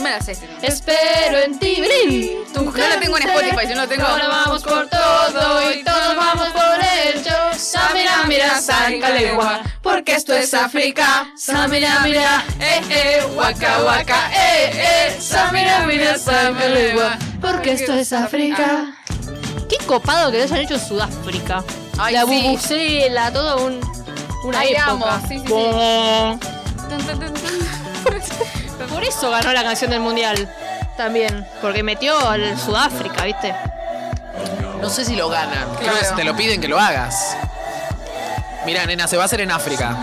Speaker 2: me la sé. este, no.
Speaker 4: Espero en ti, Brin. Tu
Speaker 2: Yo la tengo en
Speaker 4: gente.
Speaker 2: Spotify, yo no la tengo.
Speaker 4: Ahora vamos por todo y todos vamos por ello. Samira, mira, saca lengua, porque esto es África. Samira, mira, eh, eh, waka, waka, eh, eh. Samira, mira, saca lengua, porque esto es África. Qué copado que lo hayan hecho en Sudáfrica.
Speaker 2: Ay,
Speaker 4: la
Speaker 2: sí.
Speaker 4: bubucela, todo un, una
Speaker 2: Ay,
Speaker 4: época.
Speaker 2: amo, sí, sí, sí. Tun, tun, tun, tun.
Speaker 4: Por eso ganó la canción del mundial. También, porque metió al Sudáfrica, ¿viste?
Speaker 11: No sé si lo ganan.
Speaker 1: Creo que te lo piden que lo hagas. Mira, nena, se va a hacer en África.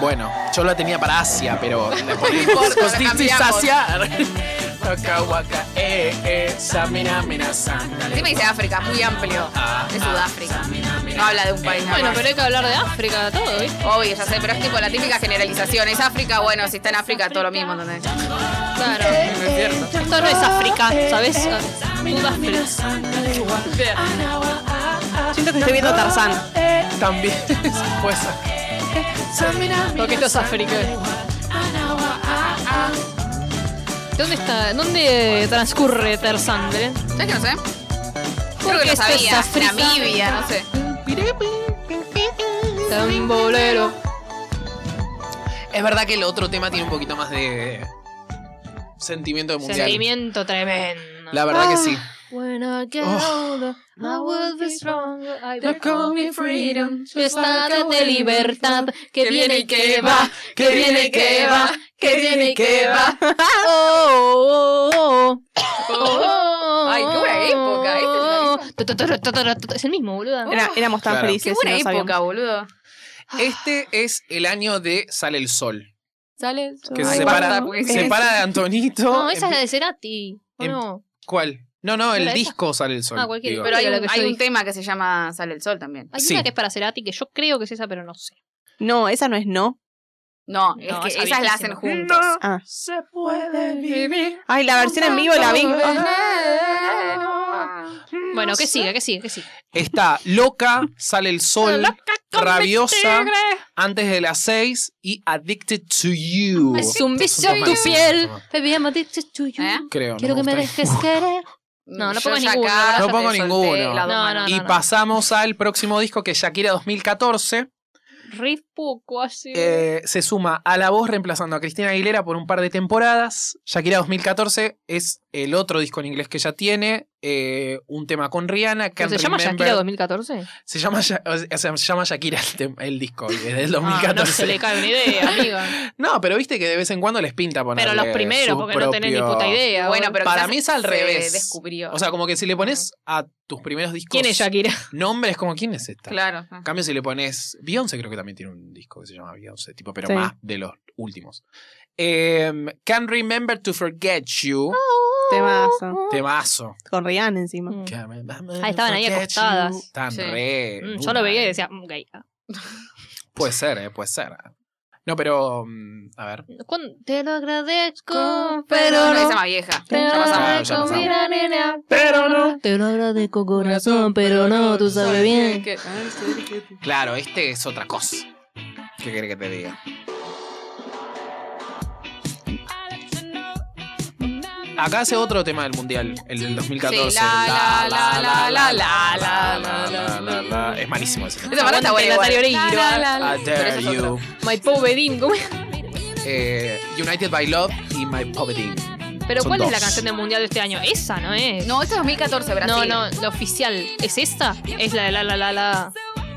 Speaker 1: Bueno, yo la tenía para Asia, pero después
Speaker 11: importa, la
Speaker 1: dices
Speaker 11: cambiamos.
Speaker 1: Asia. Waka, waka, eh, eh, samina, mina, sanga,
Speaker 2: Sí me dice África, muy amplio.
Speaker 1: Ah,
Speaker 2: Es
Speaker 1: ah,
Speaker 2: Sudáfrica.
Speaker 1: samina, mina.
Speaker 2: No habla de un país. nada
Speaker 4: Bueno,
Speaker 2: más.
Speaker 4: pero hay que hablar de África, todo, ¿viste?
Speaker 2: Obvio, ya sé, pero es tipo la típica generalización. Es África, bueno, si está en África, todo lo mismo, ¿entendés?
Speaker 4: Claro. Esto no es África, ¿sabes? eh. Sudáfrica. ah,
Speaker 3: Siento que estoy viendo Tarzán.
Speaker 4: Eh,
Speaker 1: También pues,
Speaker 4: Porque esto es África. ah, ¿Dónde está? ¿Dónde transcurre Tarzán, Belén?
Speaker 2: ¿Sabes que no sé? Creo que
Speaker 4: Porque
Speaker 2: lo
Speaker 4: esto es
Speaker 2: sabía.
Speaker 4: África.
Speaker 2: Namibia, no sé.
Speaker 4: Tambolero.
Speaker 1: Es verdad que el otro tema tiene un poquito más de sentimiento de mundial.
Speaker 4: Sentimiento tremendo.
Speaker 1: La verdad que sí.
Speaker 4: Ah,
Speaker 12: When I get
Speaker 1: Oh.
Speaker 12: older,
Speaker 4: I
Speaker 12: I will be strong.
Speaker 4: They
Speaker 12: They
Speaker 4: call
Speaker 12: call me freedom.
Speaker 4: Estado de libertad que viene y que va.
Speaker 1: Que viene y que va,
Speaker 4: que viene y que va.
Speaker 3: Oh, oh,
Speaker 2: Ay, qué buena época,
Speaker 4: época. Es el mismo, boluda.
Speaker 3: oh. Era- éramos tan
Speaker 1: Claro.
Speaker 2: Qué
Speaker 3: felices. y
Speaker 2: buena
Speaker 3: no sabíamos.
Speaker 2: época, boludo.
Speaker 4: Ah.
Speaker 1: Este es el año de Sale el Sol.
Speaker 3: eh,
Speaker 4: ¿Sale?
Speaker 1: Que se
Speaker 2: Ay,
Speaker 1: separa,
Speaker 2: basta,
Speaker 3: pues.
Speaker 2: porque-
Speaker 1: se separa de Antonito.
Speaker 4: pues. No, esa es la
Speaker 1: Empie-
Speaker 4: de Cerati. ¿o
Speaker 1: em-
Speaker 4: no?
Speaker 1: ¿Cuál? No, no, el
Speaker 4: ¿Era esa?
Speaker 1: disco Sale el Sol.
Speaker 4: Ah, cualquiera,
Speaker 1: digo.
Speaker 2: Pero hay
Speaker 4: Digo, lo
Speaker 2: un,
Speaker 4: que yo
Speaker 2: hay un
Speaker 4: dije.
Speaker 2: tema que se llama Sale el Sol también.
Speaker 4: Hay
Speaker 1: Sí.
Speaker 4: una que es para Cerati, que yo creo que es esa, pero no sé.
Speaker 3: No, esa no es no.
Speaker 2: No,
Speaker 4: No,
Speaker 2: es
Speaker 4: esa
Speaker 2: que esas la
Speaker 4: viejísima.
Speaker 2: hacen juntos.
Speaker 3: Ah.
Speaker 1: Se puede vivir.
Speaker 3: Ay, la versión en vivo la vi. Ah.
Speaker 2: Ah.
Speaker 4: Bueno, que siga, que siga, que siga.
Speaker 1: Está Loca, Sale el Sol,
Speaker 4: con
Speaker 1: Rabiosa,
Speaker 4: mi
Speaker 1: Antes de las 6 y Addicted to You.
Speaker 4: Ah, Es un
Speaker 1: Estos
Speaker 4: beso
Speaker 1: son
Speaker 4: en tu
Speaker 1: malísimos,
Speaker 4: piel.
Speaker 1: estos son-
Speaker 4: Baby, I'm addicted to you.
Speaker 2: ¿Eh?
Speaker 1: Creo. no
Speaker 4: Quiero que me
Speaker 1: gustan.
Speaker 4: dejes eh. querer. No, no
Speaker 2: Yo
Speaker 4: pongas
Speaker 2: ya
Speaker 4: ninguno,
Speaker 2: acá
Speaker 4: la
Speaker 1: No
Speaker 2: ya
Speaker 1: pongo
Speaker 2: te solté
Speaker 1: ninguno.
Speaker 2: las dos
Speaker 4: No,
Speaker 2: manos.
Speaker 4: no,
Speaker 1: Y pasamos al próximo disco que es Shakira 2014.
Speaker 4: Riff poco así.
Speaker 1: Eh, se suma a la voz reemplazando a Cristina Aguilera por un par de temporadas. Shakira 2014 es el otro disco en inglés que ya tiene. eh, un tema con Rihanna.
Speaker 4: ¿Pero
Speaker 1: Can't
Speaker 4: ¿Se llama
Speaker 1: Remember.
Speaker 4: Shakira 2014?
Speaker 1: Se llama, Sha- o sea, se llama Shakira el, tem- el disco desde el
Speaker 4: Ah, no se
Speaker 1: 2014.
Speaker 4: le cae una idea, amiga.
Speaker 1: no, pero viste que de vez en cuando les pinta poner.
Speaker 4: Pero los primeros, porque no tenés ni puta idea.
Speaker 2: Bueno,
Speaker 4: boludo.
Speaker 2: pero
Speaker 1: Para
Speaker 2: quizás
Speaker 1: mí es al
Speaker 2: se
Speaker 1: revés.
Speaker 2: descubrió.
Speaker 1: O sea, como que si le pones a tus primeros discos
Speaker 4: ¿Quién es Shakira?
Speaker 1: nombres, como quién es esta.
Speaker 2: claro.
Speaker 1: En cambio, si le pones. Beyoncé creo que también tiene un disco que se llama Beyoncé, tipo, pero
Speaker 3: Sí.
Speaker 1: más de los últimos. Em, Can't Remember to Forget You.
Speaker 4: Oh.
Speaker 3: Temazo.
Speaker 1: Temazo.
Speaker 3: Con Rihanna encima.
Speaker 4: Mm.
Speaker 1: Can't remember
Speaker 4: Ah, estaban
Speaker 1: to
Speaker 4: ahí
Speaker 1: forget
Speaker 4: acostadas.
Speaker 1: you. Estaban
Speaker 2: Sí.
Speaker 1: re.
Speaker 4: Mm,
Speaker 1: en
Speaker 4: Yo lo
Speaker 1: una,
Speaker 4: veía y
Speaker 1: eh.
Speaker 4: decía, mm, gay.
Speaker 1: Puede ser, eh, puede ser. No, pero. mm, A ver.
Speaker 4: ¿Cuándo- Te lo agradezco,
Speaker 2: Pero
Speaker 4: pero
Speaker 2: no es
Speaker 4: no.
Speaker 2: esa vieja. Ya
Speaker 4: Pero
Speaker 2: pasamos.
Speaker 1: Ah, ya pasamos.
Speaker 12: Mira, nena,
Speaker 1: Pero no.
Speaker 4: Te lo agradezco, corazón, pero no, tú sabes bien.
Speaker 1: Claro, este es otra cosa. ¿Qué querés que te diga? Acá hace otro tema del mundial, el del 2014.
Speaker 2: Sí, la, la, la, la, la, la, la,
Speaker 1: la, la, la. Es malísimo ese tema.
Speaker 2: Esa parte está buena.
Speaker 4: Aguante,
Speaker 2: igual.
Speaker 4: Natalia Oreiro.
Speaker 2: La, la, la.
Speaker 1: I
Speaker 2: Pero
Speaker 1: dare
Speaker 2: esa es otra.
Speaker 1: you.
Speaker 4: My pobre Dean, ¿cómo es?
Speaker 1: Eh, United by Love y My Poverty.
Speaker 4: Pero
Speaker 1: Son
Speaker 4: ¿cuál es la
Speaker 1: dos.
Speaker 4: canción del mundial de este año? Esa, ¿no es?
Speaker 2: No, esto es 2014, Brasil.
Speaker 4: no, no, la oficial. ¿Es esta? Es la de la la la la.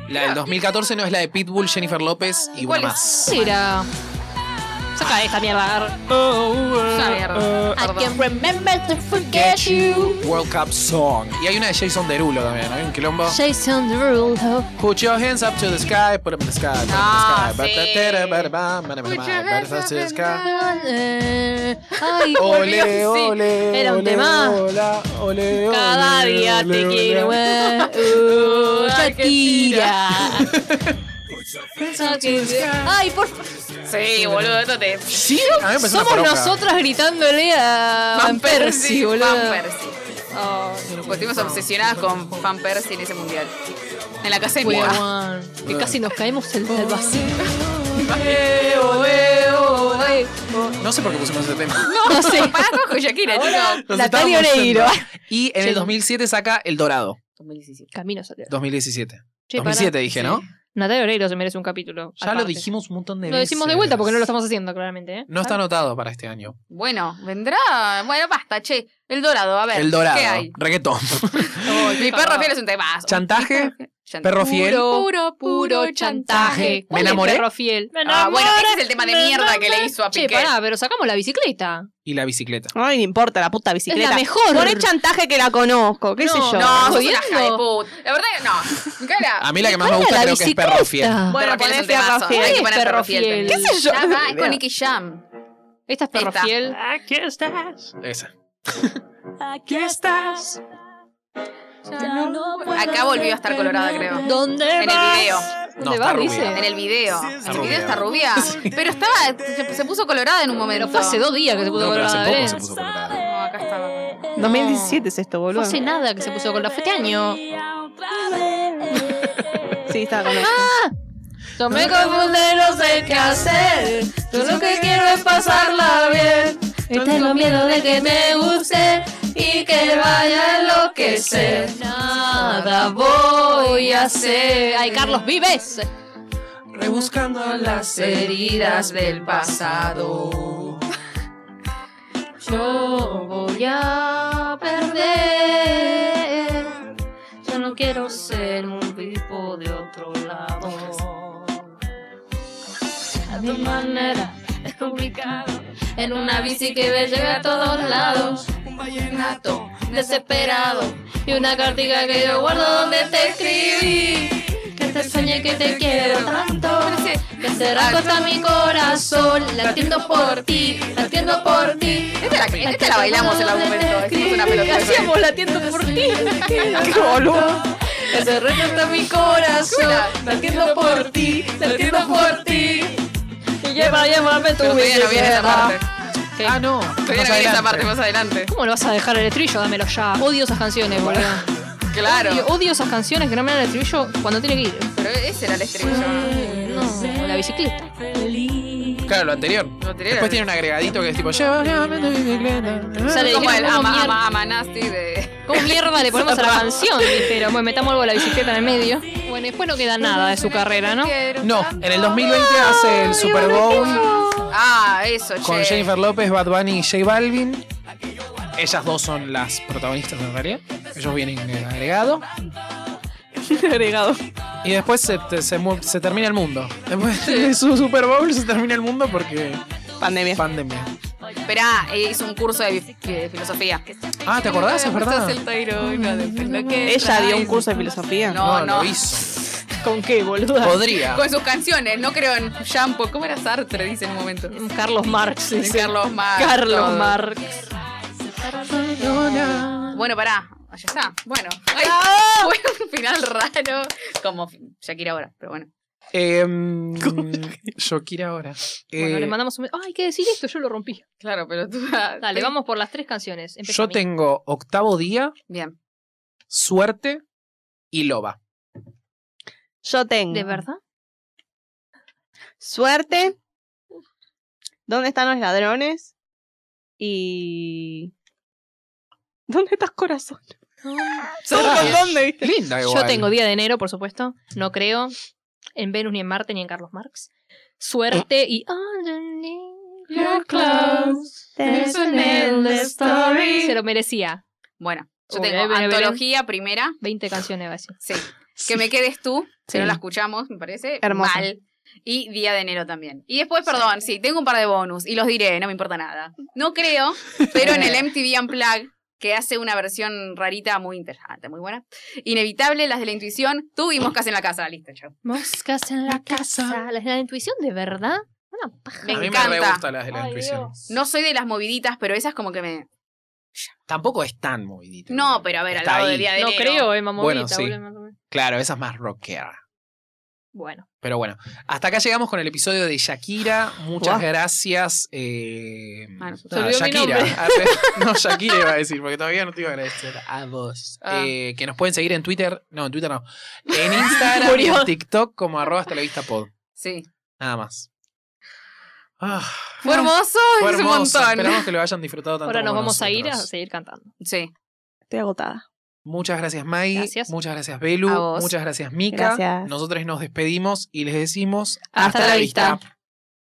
Speaker 1: La del 2014 no es la de Pitbull, Jennifer López y una
Speaker 2: ¿Cuál es?
Speaker 1: más.
Speaker 4: Será. Saca esta mierda. oh,
Speaker 2: Es una Ah,
Speaker 4: Uh,
Speaker 2: mierda. Perdón.
Speaker 1: World Cup Song. Y hay una de Jason Derulo también, ¿no? Hay un quilombo.
Speaker 4: Jason Derulo.
Speaker 1: Put your hands up to the sky, put them in the sky, put them
Speaker 2: Ah,
Speaker 1: in the sky.
Speaker 2: sí.
Speaker 1: Ba- ba- ba- ba- ba- ba- ba- ba- ba- to the sky.
Speaker 4: Ay,
Speaker 1: Ole, ole,
Speaker 4: Era un
Speaker 1: ole,
Speaker 4: tema.
Speaker 1: hola, ole,
Speaker 4: Cada
Speaker 1: ole,
Speaker 4: día
Speaker 1: ole,
Speaker 4: te
Speaker 1: ole.
Speaker 4: quiero más. Uh, Shakira. Ay, por favor.
Speaker 2: Sí, boludo, esto te.
Speaker 1: Sí, a mí me parece una
Speaker 4: Somos
Speaker 1: poronga.
Speaker 4: nosotras gritándole a Van Persie, boludo.
Speaker 2: Van Persie. Pues estuvimos obsesionadas con Van Persie en ese mundial. En la casa de mi
Speaker 4: We
Speaker 2: mamá.
Speaker 4: won. Que casi nos caemos el, del vacío.
Speaker 1: No sé por qué pusimos ese tema.
Speaker 4: No sé.
Speaker 2: Pará, cojo Shakira, chico.
Speaker 1: Nos
Speaker 3: Natalia
Speaker 1: estábamos yendo.
Speaker 3: Oreiro.
Speaker 1: Y en el 2007 saca El Dorado.
Speaker 2: 2017.
Speaker 4: Camino salió.
Speaker 1: 2017.
Speaker 4: Che,
Speaker 1: 2007
Speaker 4: pará.
Speaker 1: dije, ¿no?
Speaker 4: Natalia Oreiro se merece un capítulo.
Speaker 1: Ya lo
Speaker 4: aparte.
Speaker 1: dijimos un montón de
Speaker 4: Lo
Speaker 1: veces.
Speaker 4: decimos de vuelta porque no lo estamos haciendo, claramente. ¿eh?
Speaker 1: No está anotado para este año.
Speaker 2: Bueno, vendrá. Bueno, basta, che. El dorado, a ver.
Speaker 1: El Dorado.
Speaker 2: ¿Qué hay?
Speaker 1: Reggaetón.
Speaker 2: Mi perro fiel es un temazo.
Speaker 1: Chantaje.
Speaker 2: Chantaje.
Speaker 1: Perro fiel.
Speaker 4: Puro, puro chantaje.
Speaker 1: Me enamoré.
Speaker 4: Perro fiel.
Speaker 2: Ah, bueno, ese es el tema de mierda que le hizo a
Speaker 4: Che,
Speaker 2: Piqué.
Speaker 4: pará, pero sacamos la bicicleta.
Speaker 1: Y la bicicleta.
Speaker 3: Ay, no importa, la puta bicicleta.
Speaker 4: Es la mejor.
Speaker 3: Poné chantaje que la conozco, qué sé yo.
Speaker 2: No, sos
Speaker 4: jodiendo.
Speaker 2: una hija de puta. La verdad que no. Cara.
Speaker 1: A mí la que más me gusta creo que es perro
Speaker 5: Ah,
Speaker 1: fiel.
Speaker 2: Bueno,
Speaker 3: Bueno,
Speaker 2: poner
Speaker 3: ponés Perro Fiel.
Speaker 2: Hay que poner
Speaker 4: Perro
Speaker 2: perro fiel.
Speaker 4: Fiel. ¿Qué
Speaker 2: sé yo? Ah, Es con Nicky Jam.
Speaker 4: Esta es perro
Speaker 2: Esta.
Speaker 4: fiel.
Speaker 1: Esa.
Speaker 2: Acá volvió a estar colorada, creo. En
Speaker 4: ¿Dónde
Speaker 2: el video.
Speaker 1: No,
Speaker 4: ¿Dónde
Speaker 1: está
Speaker 4: va?
Speaker 1: rubia.
Speaker 2: En
Speaker 4: Dice.
Speaker 2: el video. En el
Speaker 1: rubia.
Speaker 2: video está rubia. Pero estaba. Se, se puso colorada en un momento.
Speaker 4: Pero fue hace dos días que se puso
Speaker 1: No,
Speaker 4: con
Speaker 1: pero hace
Speaker 4: la
Speaker 1: poco
Speaker 4: Belén.
Speaker 1: se puso colorada.
Speaker 2: No, acá estaba.
Speaker 3: 2017 es esto,
Speaker 4: Fue
Speaker 3: boludo.
Speaker 4: hace nada que se puso con la fue este año.
Speaker 3: Sí, está con eso.
Speaker 4: Yo me
Speaker 5: Me confunde, no sé qué hacer. Yo lo que quiero es pasarla bien. Yo tengo miedo de que me guste y que vaya a enloquecer. Nada voy a hacer.
Speaker 4: Ay, Carlos, vives.
Speaker 5: Rebuscando las heridas del pasado. Yo voy a perder. Yo no quiero ser un tipo de otro lado. A tu manera es complicado. En una bici que me llega a todos lados. Un vallenato desesperado. Y una cartica que yo guardo donde te escribí. Que te soñé que te quiero tanto. Que será cosa mi corazón. Latiendo por ti, latiendo por ti.
Speaker 2: Esta la, esta la bailamos en algún momento. Hicimos una pelota.
Speaker 5: Hacíamos latiendo por ti. ¡Qué boludo! Ese reto está en mi corazón. Latiendo por ti, latiendo por ti. Y lleva, llévame tu
Speaker 2: Pero todavía no viene esa
Speaker 5: bicicleta.
Speaker 2: parte.
Speaker 4: ¿Qué?
Speaker 1: Ah, no.
Speaker 2: Todavía
Speaker 1: Más
Speaker 2: no viene esa parte
Speaker 1: adelante.
Speaker 2: más adelante.
Speaker 4: ¿Cómo lo vas a dejar el estribillo? Dámelo ya. Odio esas canciones, boludo.
Speaker 2: Claro.
Speaker 4: Odio, odio esas canciones que no me dan el estribillo cuando tiene que ir.
Speaker 2: Pero ese era el estribillo. ¿no?
Speaker 4: No, la bicicleta.
Speaker 1: Claro, lo anterior.
Speaker 2: anterior.
Speaker 1: Después tiene un agregadito que es tipo, lleva, llévame tu bicicleta.
Speaker 4: sea, le
Speaker 2: Como el
Speaker 4: dijeron, ¿cómo
Speaker 2: ama,
Speaker 4: mier-
Speaker 2: ama, ama nasty de.
Speaker 4: ¿Cómo mierda le ponemos a la canción? Pero bueno, metamos algo de la bicicleta en el medio. Bueno, después no queda nada de su carrera, ¿no?
Speaker 1: Ah. No, eh, en el 2020 hace el Super Bowl
Speaker 2: Ah, eso, che.
Speaker 1: con Jennifer López, Bad Bunny y J Balvin. Ellas dos son las protagonistas en realidad. Ellos vienen en el agregado.
Speaker 3: Agregado.
Speaker 1: Y después se, te- se mu- se termina el mundo. Después de su Super Bowl se termina el mundo porque
Speaker 3: Pandemia.
Speaker 1: pandemia.
Speaker 2: Esperá, eh, hizo un curso de, bi- de filosofía.
Speaker 1: Ah, ¿te acordás? Es verdad.
Speaker 3: Ella dio un curso de filosofía.
Speaker 2: No, no.
Speaker 1: lo hizo.
Speaker 3: ¿Con qué, boluda?
Speaker 1: Podría.
Speaker 2: Con sus canciones, no creo en shampoo. ¿Cómo era Sartre? Dice en un momento.
Speaker 4: Carlos Marx.
Speaker 2: De
Speaker 4: dice.
Speaker 2: Carlos Marx.
Speaker 4: Carlos
Speaker 2: todo.
Speaker 4: Marx.
Speaker 2: Bueno, pará. Allá está. Bueno. Ay, fue un final raro. Como Shakira ahora, pero bueno.
Speaker 1: Eh, Shakira ahora.
Speaker 4: Bueno,
Speaker 1: Eh,
Speaker 4: le mandamos un. Ay, ¿qué decir esto? Yo lo rompí.
Speaker 2: Claro, pero tú.
Speaker 4: Dale, vamos por las tres canciones. Empezá,
Speaker 1: eh, yo
Speaker 4: Miki.
Speaker 1: tengo octavo día,
Speaker 2: Bien.
Speaker 1: suerte y loba.
Speaker 3: Yo tengo.
Speaker 4: ¿De verdad?
Speaker 3: Suerte. ¿Dónde están los ladrones? Y. ¿Dónde estás, corazón?
Speaker 1: Cerrá.
Speaker 3: ¿Dónde, viste?
Speaker 1: Ah, Linda Ah, igual.
Speaker 4: Yo tengo Día de Enero, por supuesto. No creo en Venus, ni en Marte, ni en Carlos Marx. Suerte y. Underneath
Speaker 5: Your clothes, there's an endless
Speaker 4: Se
Speaker 5: story.
Speaker 4: lo merecía.
Speaker 2: Bueno. Yo
Speaker 4: Uy,
Speaker 2: tengo
Speaker 4: ahí viene Belén.
Speaker 2: antología primera.
Speaker 4: 20 canciones, va a decir.
Speaker 2: Sí. Que me quedes tú, si
Speaker 4: Sí.
Speaker 2: no la escuchamos, me parece.
Speaker 3: Hermosa.
Speaker 2: Mal. Y Día de Enero también. Y después, perdón, sí, tengo un par de bonus y los diré, no me importa nada. No creo, pero en el MTV Unplugged, que hace una versión rarita muy interesante, muy buena. Inevitable, las de la intuición, tuvimos casi en la casa, listo, chao.
Speaker 4: Moscas en la casa. La, la intuición de verdad. Una paja.
Speaker 2: Me
Speaker 1: a mí me re
Speaker 2: encanta.
Speaker 1: gustan las de la intuición.
Speaker 2: no soy de las moviditas, pero esas como que me.
Speaker 1: Tampoco es tan movidita.
Speaker 2: No, pero a ver, al
Speaker 1: Está
Speaker 2: lado
Speaker 1: ahí.
Speaker 2: de Día de
Speaker 4: No
Speaker 2: Enero.
Speaker 4: creo, eh,
Speaker 1: Bueno,
Speaker 4: mamovita.
Speaker 1: sí.
Speaker 4: boludo.
Speaker 1: Claro, esa es más rockera.
Speaker 4: Bueno,
Speaker 1: Pero bueno, hasta acá llegamos con el episodio de Shakira. Muchas
Speaker 3: Guau.
Speaker 1: gracias. eh,
Speaker 2: Ah, no, se
Speaker 1: nada,
Speaker 4: olvidó mi
Speaker 1: Shakira.
Speaker 4: nombre.
Speaker 1: Arre- no, Shakira iba a decir, porque todavía no te iba a agradecer. A vos.
Speaker 2: Ah.
Speaker 1: Eh, que nos pueden seguir en Twitter. No, en Twitter no. En Instagram y
Speaker 4: Murió.
Speaker 1: en TikTok como arroba hasta la vista pod.
Speaker 2: Sí.
Speaker 1: Nada más. Ah,
Speaker 2: Fue hermoso,
Speaker 1: fue
Speaker 2: es un
Speaker 1: hermoso.
Speaker 2: montón.
Speaker 1: Esperamos que lo hayan disfrutado tanto.
Speaker 4: ahora nos
Speaker 1: como
Speaker 4: vamos a ir a
Speaker 1: nosotros.
Speaker 4: seguir cantando.
Speaker 2: Sí.
Speaker 3: Estoy agotada.
Speaker 1: Muchas gracias, Mai.
Speaker 4: Gracias.
Speaker 1: Muchas gracias,
Speaker 2: A
Speaker 1: Belu.
Speaker 2: vos.
Speaker 1: Muchas gracias, Mika.
Speaker 3: Gracias.
Speaker 1: Nosotros nos despedimos y les decimos
Speaker 4: Hasta la vista.